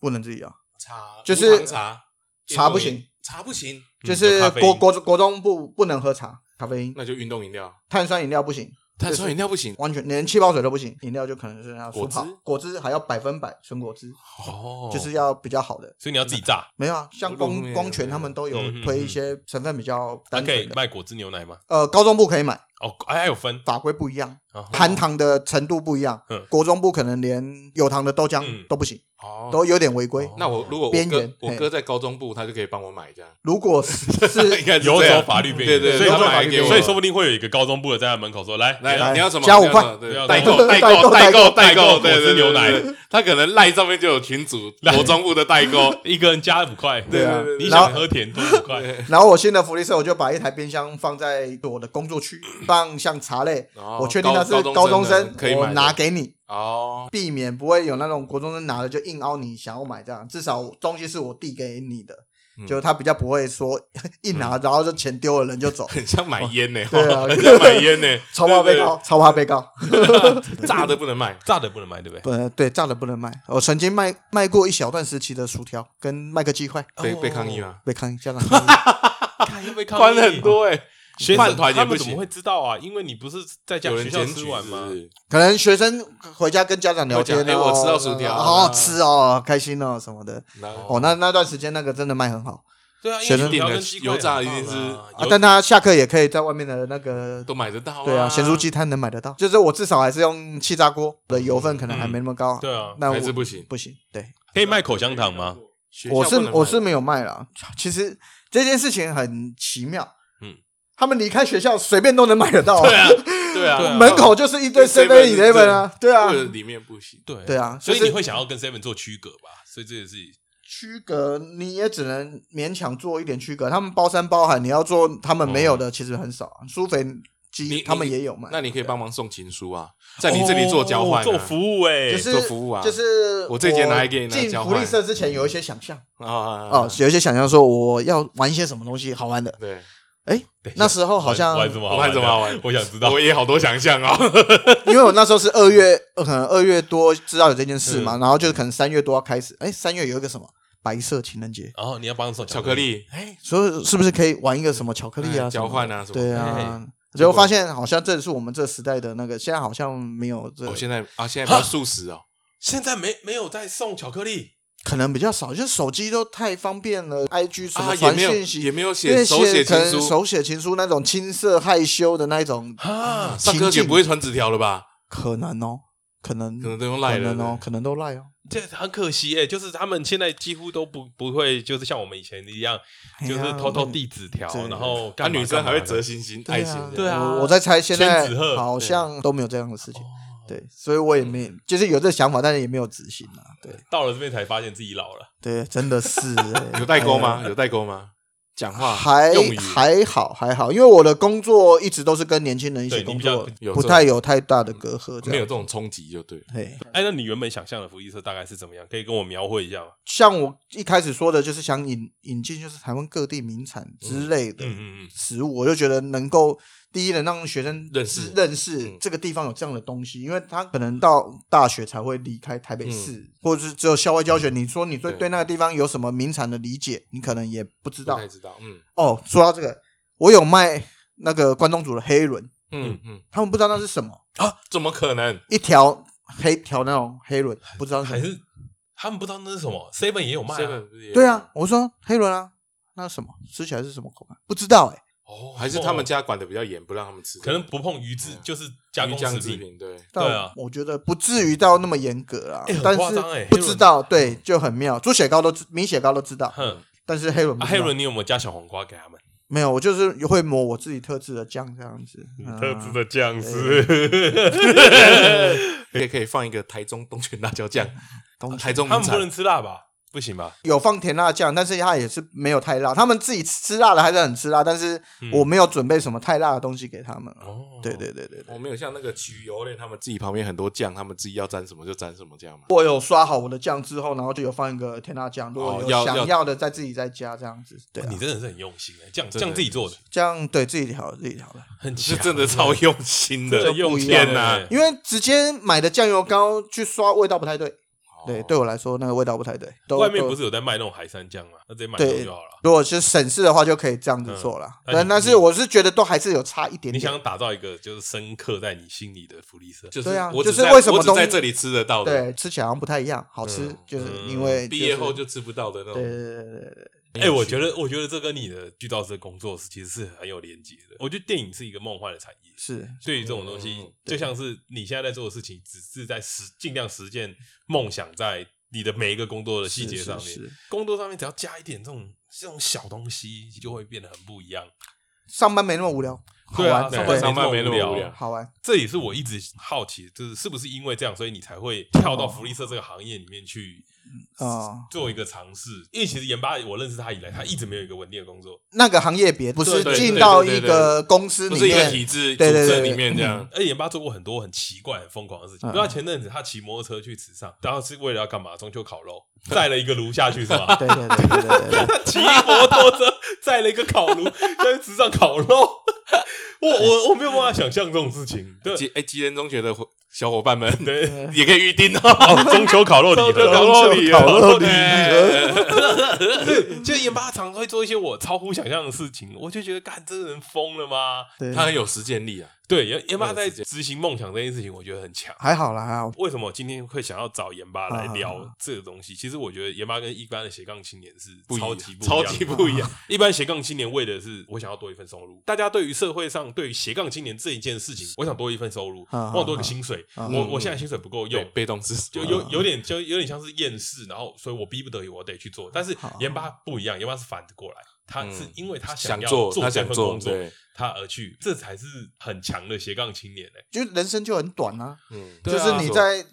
C: 不能自己啊，
B: 茶
C: 就是
B: 无糖茶，
C: 茶不
B: 运动饮
C: 行，
B: 茶不行，
A: 嗯
C: 就
A: 有
C: 是
A: 咖啡
C: 国
A: 因
C: 国国中不不能喝茶、咖啡因、
B: 那就运动饮料，
C: 碳酸饮料不行，
B: 碳酸饮料不行。
C: 完全连气泡水都不行，饮料就可能是要
B: 果
C: 纯好
B: 汁，
C: 果汁还要百分百纯果汁，
A: 哦
C: 就是，要比较好的。
A: 所以你要自己榨。
C: 没有啊，像
B: 我懂
C: 光
B: 你
C: 光泉他们都有
A: 嗯嗯
C: 推一
A: 嗯
C: 些成分比较
A: 它
C: 单
A: 可以
C: 纯的，
A: 卖果汁牛奶吗？
C: 呃，高中部可以买，
A: 哦，哎，还有分
C: 法规不一样，
A: 哦
C: 含糖的程度不一样
A: 嗯，
C: 国中部可能连有糖的
A: 嗯
C: 豆浆都不行，
B: 哦
C: 都有点违规
A: 哦。
B: 那我如果我
C: 边
B: 哥
C: 缘
B: 我
C: 嘿
B: 哥在高中部，他就可以帮我买这样。
C: 如果是是
B: 应该是
A: 有
B: 这样
A: 走法律边
B: 对
A: 缘，
B: 对，
A: 所以
C: 啊有
A: 他
B: 他
C: 走
A: 们
C: 法
B: 买
C: 律
B: 给
C: 边缘
B: 我，
A: 所以说不定会有一个高中部的在他门口说：“来，
B: 来
A: 来
B: 你要什么？
C: 加
B: 你要
C: 五块
B: 什么对
A: 不要
B: 代
A: 代
B: 购
A: 购
B: 代
C: 代
B: 购
C: 购
B: 代购代
A: 代购
B: 购，
A: 果
B: 对
A: 汁
B: 对对
A: 牛奶，
B: 对对他可能赖上面就有群主国中部的代购
A: 一个人加五块，
B: 对
C: 啊
B: 对对
A: 你
C: 然后
A: 想喝甜多五 块，
C: 然后我新的福利社，我就把一台冰箱放在我的工作区，放像茶类，
B: 哦
C: 我确定它是
B: 高
C: 高
B: 中
C: 中
B: 生
C: 生
B: 的可以，买
C: 我
B: 的
C: 拿给你，
B: 哦，
C: 避免不会有那种国中生拿了就硬凹你想要买这样，至少东西是我递给你的，
B: 嗯
C: 就他比较不会说 一拿然后就钱丢了人就 走，
B: 很像买烟呢，哦
C: 对啊
B: 很像买烟呢，
C: 超怕被告，超怕被告。
B: 炸的不能卖，
A: 炸的不能买， 对不对？
C: 不，呃对，炸的不能卖。我曾经卖卖过一小段时期的薯条跟麦克鸡块，
B: 被
A: 哦
B: 被抗议吗？
C: 被抗议 家长抗议
A: 看又被抗议哦
B: 关很多哎，
A: 学生
B: 饭团也
A: 他
B: 不
A: 们怎么
B: 行
A: 会，知道啊？因为你不是在家
B: 有人
A: 学校
B: 检
A: 吃
B: 举
A: 完吗
B: 是不？是
C: 可能学生回家跟家长聊天
B: 会
C: 哦，
B: 讲哎我吃到薯条了
C: 好好吃哦，开心哦什么的。
B: 然后
C: 哦，那那段时间那个真的卖很好
A: 对啊，因
C: 学
A: 为
C: 生
A: 薯条跟
B: 点的
A: 鸡
B: 油
A: 块
B: 炸
A: 很
B: 一定
A: 棒
B: 是
A: 啊
C: 啊
A: 油，
C: 但他下课也可以在外面的那个，
B: 都买得到，
C: 对啊，咸酥鸡摊能买得到。就是我至少还是用气炸锅的油分，可能还没那么高。
A: 对啊，
C: 那我
B: 嗯还是不行，
C: 不行，对，
A: 可以卖口香糖吗？
B: 学校
C: 我是
B: 不能买
C: 我是没有卖啦。其实这件事情很奇妙，
A: 嗯，
C: 他们离开学校随便都能买得到、啊，
B: 对啊 对
A: 对
B: 啊，
A: 啊
C: 门口就是一堆
B: Seven
C: Seven Eleven 啊，对啊
B: 或，者里面不行，
A: 对
C: 对，啊，
A: 所以
C: 就是
A: 你会想要跟 Seven 做区隔吧？所以这也是
C: 区隔，你也只能勉强做一点区隔。他们包山包海，你要做他们没有的，其实很少啊。苏肥
B: 哦你
C: 鸡他们也有卖，
B: 那你可以帮忙送情书啊，在你这里做交换
A: 哦
B: 啊，
A: 做服务哎，
C: 就是
B: 做服务啊
C: 就是
B: 我这节拿来给你拿来
C: 进
B: 交
C: 福
B: 换
C: 利社之前有一些想象
B: 啊啊啊啊
C: 哦，有一些想象说我要玩一些什么东西好玩的。
B: 对，
C: 哎，那时候好像
A: 玩什么好
B: 我看
A: 玩？
B: 怎么好玩，
A: 我想知道
B: 我也好多想象啊，
C: 因为我那时候是二月，呃可能二月多知道有这件事
B: 嗯
C: 嘛，然后就可能三月多要开始。哎，三月有一个什么白色情人节，
A: 然后你要帮手
B: 巧克，力，哎，
C: 所以是不是可以玩一个什么巧克力啊
B: 哎
C: 什么
B: 交
C: 的？
B: 换啊什么的
C: 对
A: 嘿
C: 啊
A: 嘿，
C: 结果发现好像这是我们这时代的那个，现在好像没有这
B: 我，现在啊现在比较素食哦，
A: 现在没没有在送巧克力，
C: 可能比较少，就是手机都太方便了，IG 什
B: 啊
C: 么
B: 也
C: 传
B: 没有
C: 讯息，
B: 也没有
C: 因为
B: 写手
C: 写可
B: 写情
C: 能
B: 书，
C: 手写情书那种青涩害羞的那一种，
A: 啊，
B: 上课
C: 情
B: 也
C: 境
B: 不会传纸条了吧？
C: 可能哦，可能
B: 可能都用
C: 可
B: 赖了
C: 能哦，，可能都赖哦，
A: 这很可惜哎、就是他们现在几乎都不不会，就是像我们以前一样，
C: 哎
A: 就
C: 呀
A: 是偷偷递纸条
C: 对，
A: 然后
B: 啊
A: 干嘛
B: 女生还会折
A: 干嘛
B: 星星
C: 对
B: 爱
C: 啊
B: 心这样，
A: 对啊
C: 我我在猜现在
A: 千纸鹤
C: 好
B: 啊
C: 像都没有这样的事情，
A: 哦
C: 对，所以我也没就是有这想法，但是也没有执行啊，对
A: 到了这边才发现自己老了，
C: 对，真的 是哎
B: 有代沟吗？有代沟吗？讲话
C: 还
B: 用语
C: 还好还好，因为我的工作一直都是跟年轻人一
A: 对
C: 起
A: 你
C: 工
A: 比较
C: 作
B: 有，
C: 不
B: 这
C: 太有太大的隔阂，这
B: 没有
C: 样
B: 这种冲击就对了。
C: 对。
A: 哎，那你原本想象的福利社大概是怎么样？可以跟我描绘一下吗？
C: 像我一开始说的，就是想引引进就是台湾各地名产之类的
A: 嗯嗯嗯，
C: 食物，我就觉得能够第一能让学生
B: 认识
C: 认识
B: 嗯
C: 这个地方有这样的东西，因为他可能到大学才会离开台北市，或者是只有校外教学。你说你对
B: 嗯对
C: 对那个地方有什么名产的理解，你可能也不知
B: 不
C: 道
B: 太。知道，嗯
C: 哦，说到这个，我有卖那个关东煮的黑轮，
B: 嗯嗯
C: 他们不知道那是什么，
B: 啊，怎么可能？
C: 一条黑条那种黑轮，不知道是
A: 嗯还
C: 什么。
A: 是他们不知道那是什么？Seven 也有卖、啊，
B: 7-Eleven 不是也有
C: 对啊，，我说黑轮啊，那是什么？吃起来是什么口感？不知道哎、
A: 哦，
B: 还是他们家管的比较严，不让他们吃这
A: 可
B: 个，
A: 能不碰鱼制，就是加工
B: 嗯鱼酱
A: 食
B: 制
A: 品。
B: 品，对，
A: 对啊
C: 但我觉得不至于到那么严格啦
A: 欸很，
C: 但
A: 夸
C: 是
A: 张欸
C: 不
A: 黑
C: 知
A: 人
C: 道，对，就很妙。猪血糕都知，米血糕都知道，
A: 哼，
C: 但是黑轮不
A: 啊，
C: 知道
A: 嗯黑伦，你有没有加小黄瓜给他们？
C: 没有，我就是会抹我自己特制的酱这样子，嗯
A: 的酱
C: 汁，
B: 可以可以放一个台中东泉辣椒酱，
C: 东
B: 台中
A: 他
B: 名
A: 们不
B: 产
A: 能吃辣吧？不行吧？
C: 有放甜辣酱，但是它也是没有太辣。他们自己吃辣的还是很吃辣，但是我没有准备什么太辣的东西给他们。
A: 嗯哦，
C: 对对对对对，
B: 我没有像那个焗油类，他们自己旁边很多酱，他们自己要沾什么就沾什么这样嘛。
C: 我有刷好我的酱之后，然后就有放一个甜辣酱，如
B: 哦
C: 果有
B: 要要
C: 想要的再自己再加这样子。对啊
A: 哦你，真的是很用心欸，酱
B: 真的
A: 酱自己做的，
C: 这样对自己调自己调的。
A: 很
B: 是
A: 强，欸
B: 真的超用啊心的，
C: 这就不一样
B: 天哪！
C: 因为直接买的酱油膏去刷味道不太对，对，对
B: 哦，
C: 我来说那个味道不太对。都
A: 外面
C: 都
A: 不是有在卖那种海山酱吗？那直接买
C: 对
A: 用就好了。
C: 如果是省事的话，就可以这样子做了。
A: 嗯
C: 但但
A: 那
C: 是
A: 你
C: 我是觉得都还是有差一点
A: 你
C: 点
A: 想。打造一个就是深刻在你心里的福利社，
B: 就是
C: 对啊
B: 我只
C: 就是
B: 在
C: 为什么
B: 我只
C: 东
B: 在这里吃得到的，
C: 对，吃起来好像不太一样，好吃，
B: 嗯
C: 就是
A: 嗯
C: 因为、
B: 毕业后就吃不到的那
C: 对对
B: 种。
C: 对对对对，
A: 哎、我觉得，我觉得这跟你的剧照师工作是其实是很有连接的。我觉得电影是一个梦幻的产业，
C: 是
A: 对于这种东西，
B: 嗯
A: 就像是你现在在做的事情，只是在实尽量实践梦想，在你的每一个工作的细节上面，
C: 是是是
A: 工作上面只要加一点这种这种小东西，就会变得很不一样。
C: 上班没那么无聊，好
A: 对啊，
C: 玩，
A: 上
C: 对
A: 班
B: 上班
A: 没
B: 没
A: 那
B: 那
A: 么
B: 么
A: 无
B: 无
A: 聊
B: 聊。
C: 好玩，
A: 这也是我一直好奇，就是是不是因为这样，所以你才会跳到福利社这个行业里面去嗯
C: 哦
A: 做一个尝试？因为其实盐巴我认识他以来，他一直没有一个稳定的工作，
C: 那个行业别不是
B: 对对对
C: 进到
B: 对
C: 一
B: 对对
C: 个公司
B: 不
C: 里
B: 是一个体
C: 面，
B: 制组
C: 对对
B: 织
C: 对
B: 里面这 样，
A: 而且盐巴做过很多很奇怪、很疯狂的事情。
C: 嗯
A: 比如他前阵子他骑摩托车去池上，然后是为了要干嘛？中秋烤肉，载了一个炉下去是吗？
C: 对对对对对对对，
A: 骑摩托车载了一个烤炉，在池上烤肉。我我我没有办法想象这种事情。对，
B: 吉哎，吉人中学的伙小伙伴们
A: 对
B: 也可以预定哦。
A: 哦，中秋烤肉礼
B: 中秋
A: 盒
B: 烤。肉礼盒
C: 烤肉礼盒
B: 哎
A: 对，就是盐巴常会做一些我超乎想象的事情，我就觉得，干，这人疯了吗？
C: 对
B: 他很有实践力啊，
A: 对，盐盐巴在
B: 有时间
A: 执行梦想这件事情，我觉得很强。
C: 还好啦，还好，
A: 为什么我今天会想要找盐巴来
C: 啊啊
A: 聊这个东西？其实我觉得盐巴跟一般的斜杠青年是
B: 不一
A: 超
B: 样
A: 级不
B: 超
A: 一
B: 级
A: 样的
B: 不一样。
A: 一般斜杠青年为的是我想要多一份收入。大家对于社会上对于斜杠青年这一件事情，我想多一份收入，
C: 啊啊
A: 我想多一个薪水。
C: 啊
A: 我我现在薪水不够
B: 有
A: 用，
B: 被动知啊识，
A: 就有有点就有点像是厌世，然后所以我逼不得已我得去做。但是
C: 好
A: 盐巴不一样，盐巴是反着过来，他
B: 嗯
A: 是因为他
B: 想
A: 要
B: 做，他
A: 这
B: 想
A: 份
B: 做，
A: 工作，
B: 对，
A: 他而去，这才是很强的斜杠青年欸呢。
C: 就人生就很短啊，
B: 嗯，
A: 对
C: 就
A: 啊
C: 是你在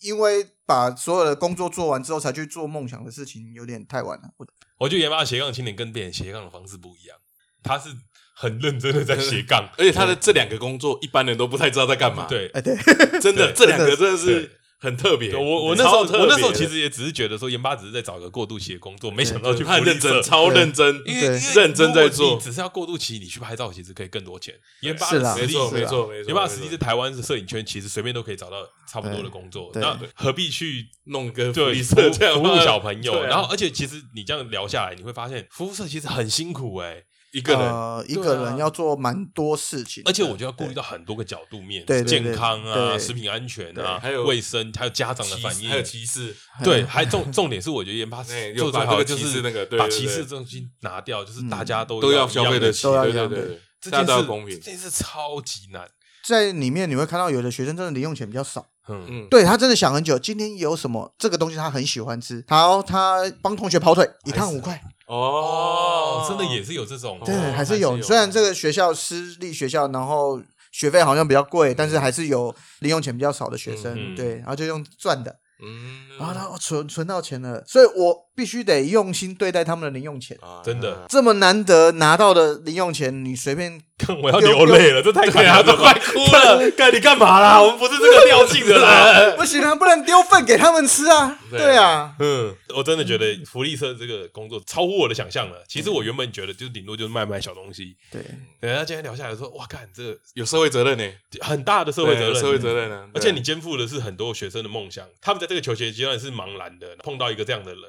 C: 因为把所有的工作做完之后才去做梦想的事情，有点太晚了。我
A: 我觉得盐巴的斜杠青年跟别人斜杠的方式不一样，他是很认真的在
B: ，
A: 斜杠
B: 而且他的这两个工作，一般人都不太知道在干嘛。，
A: 对。
C: 哎，对，
B: 真
A: 对
B: 的，这两个真的是很特别。
A: 对我我那时候
B: 超特别
A: 我
B: 的
A: 那时候其实也只是觉得说盐巴只是在找一个过渡期的工作，没想到去
B: 对他
A: 福
B: 很
A: 利
B: 认真，
A: 社
B: 超认真，
A: 因为
C: 对
A: 因为
B: 认真在做
A: 如果你只是要过渡期，你去拍照其实可以更多钱。盐巴
C: 是
A: 的
C: 啦
A: 实
B: 没
A: 力
B: 错
C: 是啊
B: 没错没错。
A: 有办法，实
B: 没
A: 际
B: 错
A: 在台湾的摄影圈，其实随便都可以找到差不多的工作，
C: 对
A: 那何必去
B: 弄个福
A: 对
B: 利
A: 服
B: 社这样
A: 服务小朋友？
B: 对啊
A: 然后，而且其实你这样聊下来，你会发现服务社其实很辛苦哎，
B: 一个人
C: 呃，一
A: 对
C: 个
A: 啊
C: 人要做蛮多事情的，
A: 而且我就要顾虑到很多个角度面
C: 对，对对
A: 健康啊、
C: 对
A: 食品安全啊、
B: 对还有
A: 卫生，还有家长的
B: 歧
A: 反
B: 视
A: 应
B: 还，有歧视，
A: 对，还重重点是我觉得研发
B: 哎
A: 做
B: 又
A: 最
B: 把
A: 好的
B: 这
A: 就
B: 个歧
A: 是
B: 视那个对
A: 把
B: 对
A: 歧
B: 对
A: 视这东西拿掉，就是大家嗯都
B: 都要
A: 一
B: 消
A: 样
B: 费得
A: 的
B: 起，
C: 都要
B: 对
C: 一样
B: 对
C: 的
B: 对，
A: 这
B: 大
A: 件
B: 家都要
A: 事
B: 公平
A: 这。件事超级难。
C: 在里面你会看到有的学生真的零用钱比较少，
A: 嗯，
B: 嗯，
C: 对他真的想很久，今天有什么这个东西他很喜欢吃，然后他帮同学跑腿，一趟五块，
A: 哦
B: 哦，，
A: 真的也是有这种，
C: 对，
B: 哦
C: 还
B: 还
C: 是
B: 是
C: 有。啊
B: 有
C: 虽然这个学校私立学校，然后学费好像比较贵，但是还是有零用钱比较少的学
A: 嗯
C: 生，
A: 嗯
C: 对，然后就用赚的，
B: 嗯，
C: 然后他哦存存到钱了，所以我必须得用心对待他们的零用钱。
B: 啊
A: 真的，
C: 这么难得拿到的零用钱，你随便
A: 看我要流泪了，这太感
B: 对啊，
A: 人
B: 都
A: 了
B: 快
A: 吧。
B: 哭 了，干你干嘛啦？我们不是这 个调性的 啦。
C: 不行啊，不然丢份给他们吃啊。
B: 对
C: 对啊，
A: 嗯，我真的觉得福利社这个工作超乎我的想象了。其实我原本觉得就是顶多就是卖卖小东西，
C: 对，
B: 嗯
A: 人家今天聊下来说，哇，看这
B: 有社会责任呢，
A: 很大的社会责任，嗯
B: 哎对社会责任啊呢。
A: 而
B: 对
A: 且你肩负的是很多学生的梦想，他们在这个求学阶段是茫然的，碰到一个这样的人，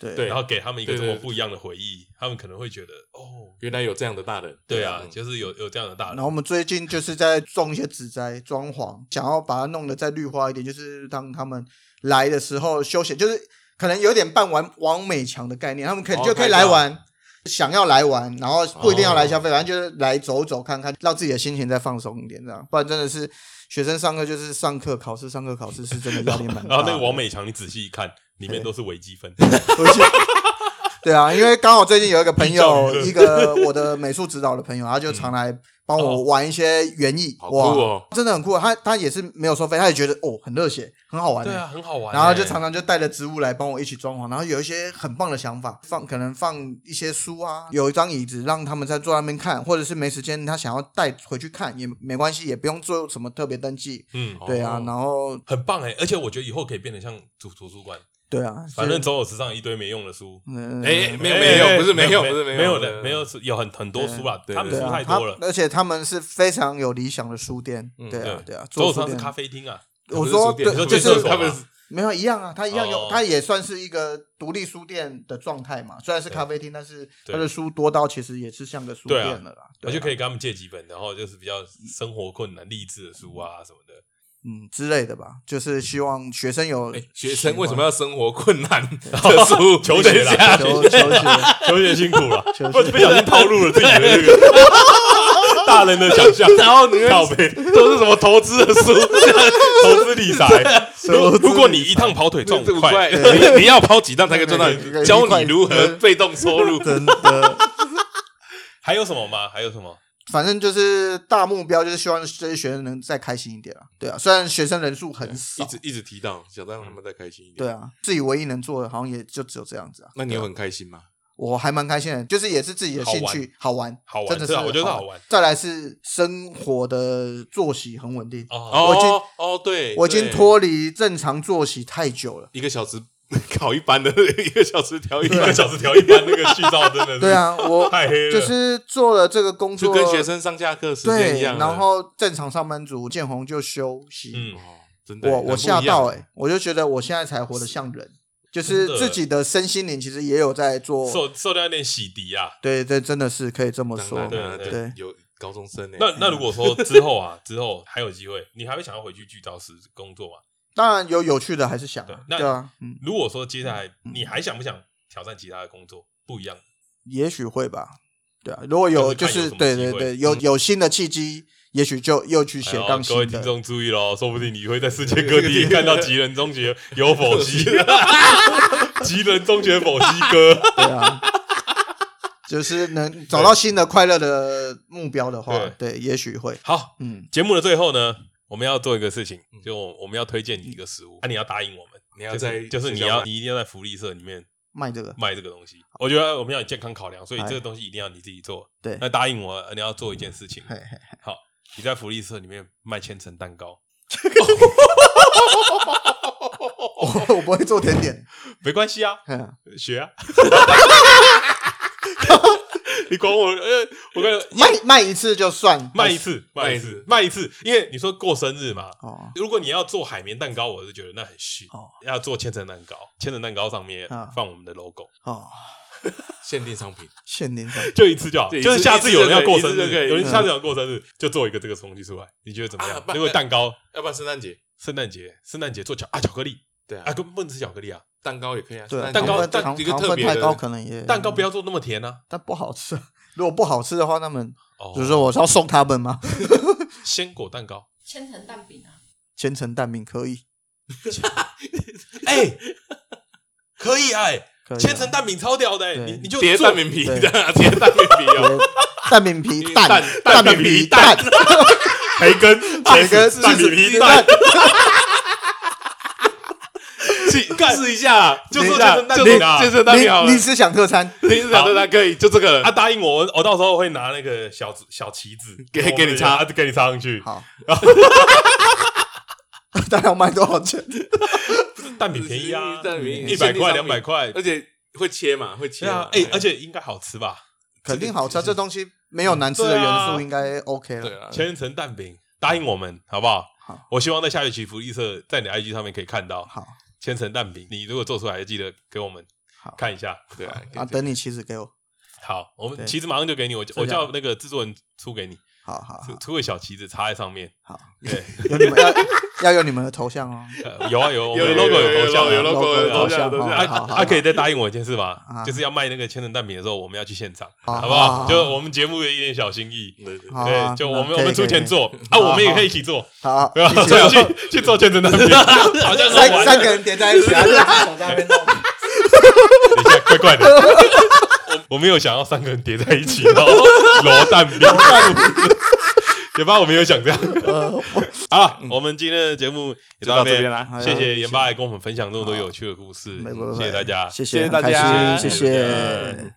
C: 对
B: 对
A: 然后给他们一个
B: 对
A: 这
B: 对
A: 么
B: 对
A: 不一样的回忆，他们可能会觉得，哦，
B: 原来有这样的大人，
A: 对啊，
B: 嗯
A: 就是有有这样的大
C: 然
A: 人
C: 后，我们最近就是在种一些植栽、装潢，想要把它弄得再绿化一点，就是让他们来的时候休闲，就是可能有点半完王美强的概念，他们可以
B: 哦
C: 就可以
B: 开
C: 来
B: 放
C: 玩。想要来玩，然后不一定要来消
A: 哦
C: 费，反正就是来走走看看，让自己的心情再放松一点，这样，不然真的是学生上课就是上课考试，上课考试是真的压力蛮大 的。
A: 然后那个王美强，你仔细一看，里面都是微积分，
C: 不是 对啊，因为刚好最近有一个朋友
A: 比较 娱，乐
C: 一个我的美术指导的朋友，他就常来帮我
A: 哦
C: 玩一些园艺，
B: 好酷
C: 哇，
B: 哦
C: 真的很酷。啊他他也是没有收费，他也觉得哦很热血，很好玩、欸。
A: 对啊，很好玩欸。
C: 然后就常常就带着植物来帮我一起装潢，然后有一些很棒的想法，放可能放一些书啊，有一张椅子让他们在坐在那边看，或者是没时间他想要带回去看也没关系，也不用做什么特别登记。
A: 嗯，
C: 对啊，
B: 哦
C: 然后
A: 很棒哎，而且我觉得以后可以变得像图图书馆，
C: 对啊，
A: 反
C: 所
A: 正
C: 以
A: 总有时上一堆没用的书。
C: 嗯
A: 哎，没有
B: 哎
A: 没有，
B: 不是没有
A: 没
B: 不是没有
A: 没有
B: 对
A: 的，没有是有很很多书啦，
B: 对
A: 他们
B: 对
A: 书
C: 对啊，
A: 太
C: 他
A: 多了。
C: 而且他们是非常有理想的书店，
B: 嗯
C: 对啊，对啊，
A: 总有
C: 做书
A: 上是
C: 店。
A: 咖啡厅啊，
C: 我
B: 不是书
C: 说
B: 店
C: 对，
A: 你说
C: 就
A: 建
C: 是
A: 设所
B: 他们
A: 吗
B: 是
C: 没有一样啊，它一样有
A: 哦，
C: 它也算是一个独立书店的状态嘛。虽然是咖啡厅，但是它
A: 对
C: 的书多到其实也是像个书
A: 对啊
C: 店了啦。
A: 我就可
C: 以
A: 以跟他们借几本，然后就是比较生活困难、励志的书啊什么的。
C: 嗯之类的吧，就是希望学生有
B: 哎，学生为什么
C: 要
B: 要生活困难的 书？
A: 求学啦
B: 等一下
C: 求求 学？
A: 求学辛苦了，
C: 求
A: 不
C: 学
A: 不小心套路了自己的这 个大人的想象，
B: 然后你会
A: 靠背
B: 都是什么投资的书？
A: 投资理财。如
C: 啊投资
A: 如果你一趟跑腿赚五块，
B: 你你要跑几趟才可以赚到
C: 对对对？
B: 教
C: 一块。
B: 你如何被动收入
C: 真的，
A: 还有什么吗？还有什么？
C: 反正就是大目标，就是希望这些学生能再开心一点啊。对啊，虽然学生人数很
B: 一
C: 少，
B: 直一直提到，想让他们再开心一点。
C: 对，啊，自己唯一能做的好像也就只有这样子啊。
B: 那你有很开心吗？
C: 我还蛮开心的，就是也是自己的兴趣，好玩，
A: 好玩
C: 真的是
A: 对啊我觉得
C: 好
A: 好玩。
C: 再来是生活的作息很稳定，
A: 哦，
C: 我已经
B: 哦哦，对，
C: 我已经
B: 对
C: 脱离正常作息太久了。
B: 一个小时 考一班的，一个小时调 一
A: 一
C: 对啊
A: 个
B: 班，
A: 小时调一班，那个剧照真的是
C: 对，啊，我
A: 太黑了。
C: 就是做了这个工
B: 就
C: 作，
B: 跟学生上下课时间
C: 对，
B: 一样了。
C: 然后正常上班族见红就休息。
A: 嗯，
B: 哦，真的，
C: 我我吓到
B: 哎，
C: 哎、我就觉得我现在才活得像人，就是
A: 欸真的
C: 自己的身心灵其实也有在做。
A: 受受到一点洗涤啊。
C: 对对，真的是可以这么
B: 当
C: 说
B: 然。当然
A: 对啊
C: 对
B: 有高中生哎，
A: 那那如果说之后啊， 之后还有机会，你还会想要回去剧照室工作吗？
C: 当然有有趣的还是想啊
A: 对，那
C: 对啊，嗯，
A: 如果说接下来你还想不想挑战其他的工作，不一样的？
C: 也许会吧。对啊，如果有就
A: 嗯就是看有什
C: 是
A: 么
C: 对
A: 机
C: 对
A: 会嗯
C: 对，有有新的契机，也许就又去
A: 哎
C: 写
A: 呦
C: 钢
A: 各位
C: 琴
A: 听
C: 的。
A: 众注意喽，说不定你会在世界各地看到吉人中学有否 西，吉人中学否西哥。
C: 对啊， 就是能找到新的快乐的目标的话，对，也许会。
A: 好，
C: 嗯，
A: 节目的最后呢，我们要做一个事情，就我们要推荐你一个食物，那、啊你要答应我们，
B: 你要在
A: 就是就是你
B: 学校
A: 要
B: 买
A: 你一定要在福利社里面
C: 卖这个，
A: 卖这个东西。我觉得我们要有健康考量，所以
C: 哎
A: 这个东西一定要你自己做。
C: 对
A: 那答应我，你要做一件事情，
C: 嘿嘿，
A: 你在福利社里面卖千层蛋糕，哦
C: 我我不会做甜 点。
A: 没关系啊，
C: 嗯
A: 学啊。你管我？呃，我跟你
C: 卖卖一次就算
A: 卖一次，卖一次，卖一次，因为你说过生日嘛。
C: 哦，
A: 如果你要做海绵蛋糕，我是觉得那很虚。
C: 哦
A: 要做千层蛋糕，千层蛋糕上面
C: 啊
A: 放我们的 logo，
C: 哦，
B: 限定商品，
C: 限定 上
A: 就一次就好。
B: 就一次
A: 就是下次有人要过生
B: 一次就可
A: 日，
B: 以
A: 有人下次想过生日，就做一个这个东西出来。你觉得怎么
B: 啊
A: 样？
B: 不
A: 如果蛋糕，
B: 要不然圣诞节
A: 圣诞节，圣诞节做巧啊巧克力
B: 对啊
A: 啊，，根本不能吃巧克力啊。
B: 蛋糕也可以啊，
C: 对啊
A: 蛋糕
C: 糖分
A: 蛋
C: 糖
B: 一个
C: 糖
B: 特
C: 分
B: 别
C: 太
B: 的
C: 高可能也
A: 蛋糕不要做那么甜啊。
C: 但不好吃。 如果不好吃的话，那们
A: 哦
C: 就是说我是要送他们吗？
A: 鲜果蛋糕，
D: 千层蛋饼啊，
C: 千层蛋饼可以，
A: 哎，可以哎，
C: 可以啊
A: 千层蛋饼超屌的哎，
C: 对
A: 你你就
B: 叠
A: 做
B: 蛋饼皮
C: 对
B: 的，叠蛋饼皮哦，
C: 呃蛋 饼皮蛋
B: 蛋
C: 蛋
B: 蛋
C: 饼
B: 饼
C: 皮
B: 皮
C: 蛋
A: 培 根，
C: 培
A: 蛋
C: 根
A: 蛋饼皮蛋
C: 蛋，
A: 去干
B: 试一下啦，
A: 就做
B: 等一下
A: 千层蛋
B: 就
A: 饼
B: 做
A: 啊
B: 千层蛋饼好了
C: 你你，是想特餐？
B: 你是想说它可以就这个
A: 啊！
B: 了，
A: 答应我，我到时候会拿那个小小旗子
B: 给给你插
A: 啊给你插上去。
C: 好，大概要卖多少钱？
A: 蛋饼便宜啊，
B: 蛋饼
A: 一百块、
B: 限定商
A: 两
B: 品
A: 百块，
B: 而且会切嘛，会切
A: 对啊
B: 嘛，，
A: 哎，而且应该好吃吧？
C: 肯定好吃啊，这东西没有难吃的
A: 对啊
C: 元素，应该 OK
B: 对
C: 了。
B: 啊，
A: 千层蛋饼，答应我们好不好？
C: 好，
A: 我希望在下学期福利社在你的 IG 上面可以看到
C: 好
A: 千层蛋饼，你如果做出来，记得给我们
C: 好
A: 看一下。
B: 对啊，
C: 啊，等你妻子给我。
A: 好，我们
C: 对
A: 其实马上就给你，我
C: 的
A: 我
C: 假的
A: 叫那个制作人出给你。
C: 好好好
A: 出出个小旗子插在上面。
C: 好，
A: 对，
C: 有你们要要有你们的头像哦。
A: 呃有啊有，我们
B: 有
A: logo
B: 有
A: 头像啊，
B: 有 logo 有
A: 头
B: 像
C: 头
B: 头
A: 啊
B: 像
C: 好好
A: 啊！
C: 好
A: 啊可以再答应我一件事吗
C: 啊？
A: 就是要卖那个千层蛋饼的时候，我们要去现场，
C: 好
A: 好不
C: 好好
A: 好？就我们节目有一点小心意，
B: 对对
C: 好啊
A: 对，就
C: 那
A: 我们
C: 可以
A: 我们出
C: 可
A: 钱
C: 以
A: 做啊，
C: 好好
A: 我们也可以一起做，
C: 好，
A: 对吧？
C: 一起
A: 就去去做千层蛋饼，好像
C: 三
A: 是玩
C: 三个人叠在一 起，然后在手在那边弄。
A: 等一下，怪怪的。 我我没有想要三个人叠在一起，然后罗蛋饼。 也巴，我没有想这样。 好了，我们今天的节目也
B: 嗯就到这
A: 边
B: 边啦哎
C: 好
A: 谢谢盐巴来跟我们分享这么多有趣的故事
C: 没不，会
A: 谢谢大家，
C: 谢
B: 谢谢
C: 很
B: 大
C: 开
B: 家
C: 心谢
A: 谢谢大
C: 谢
A: 家。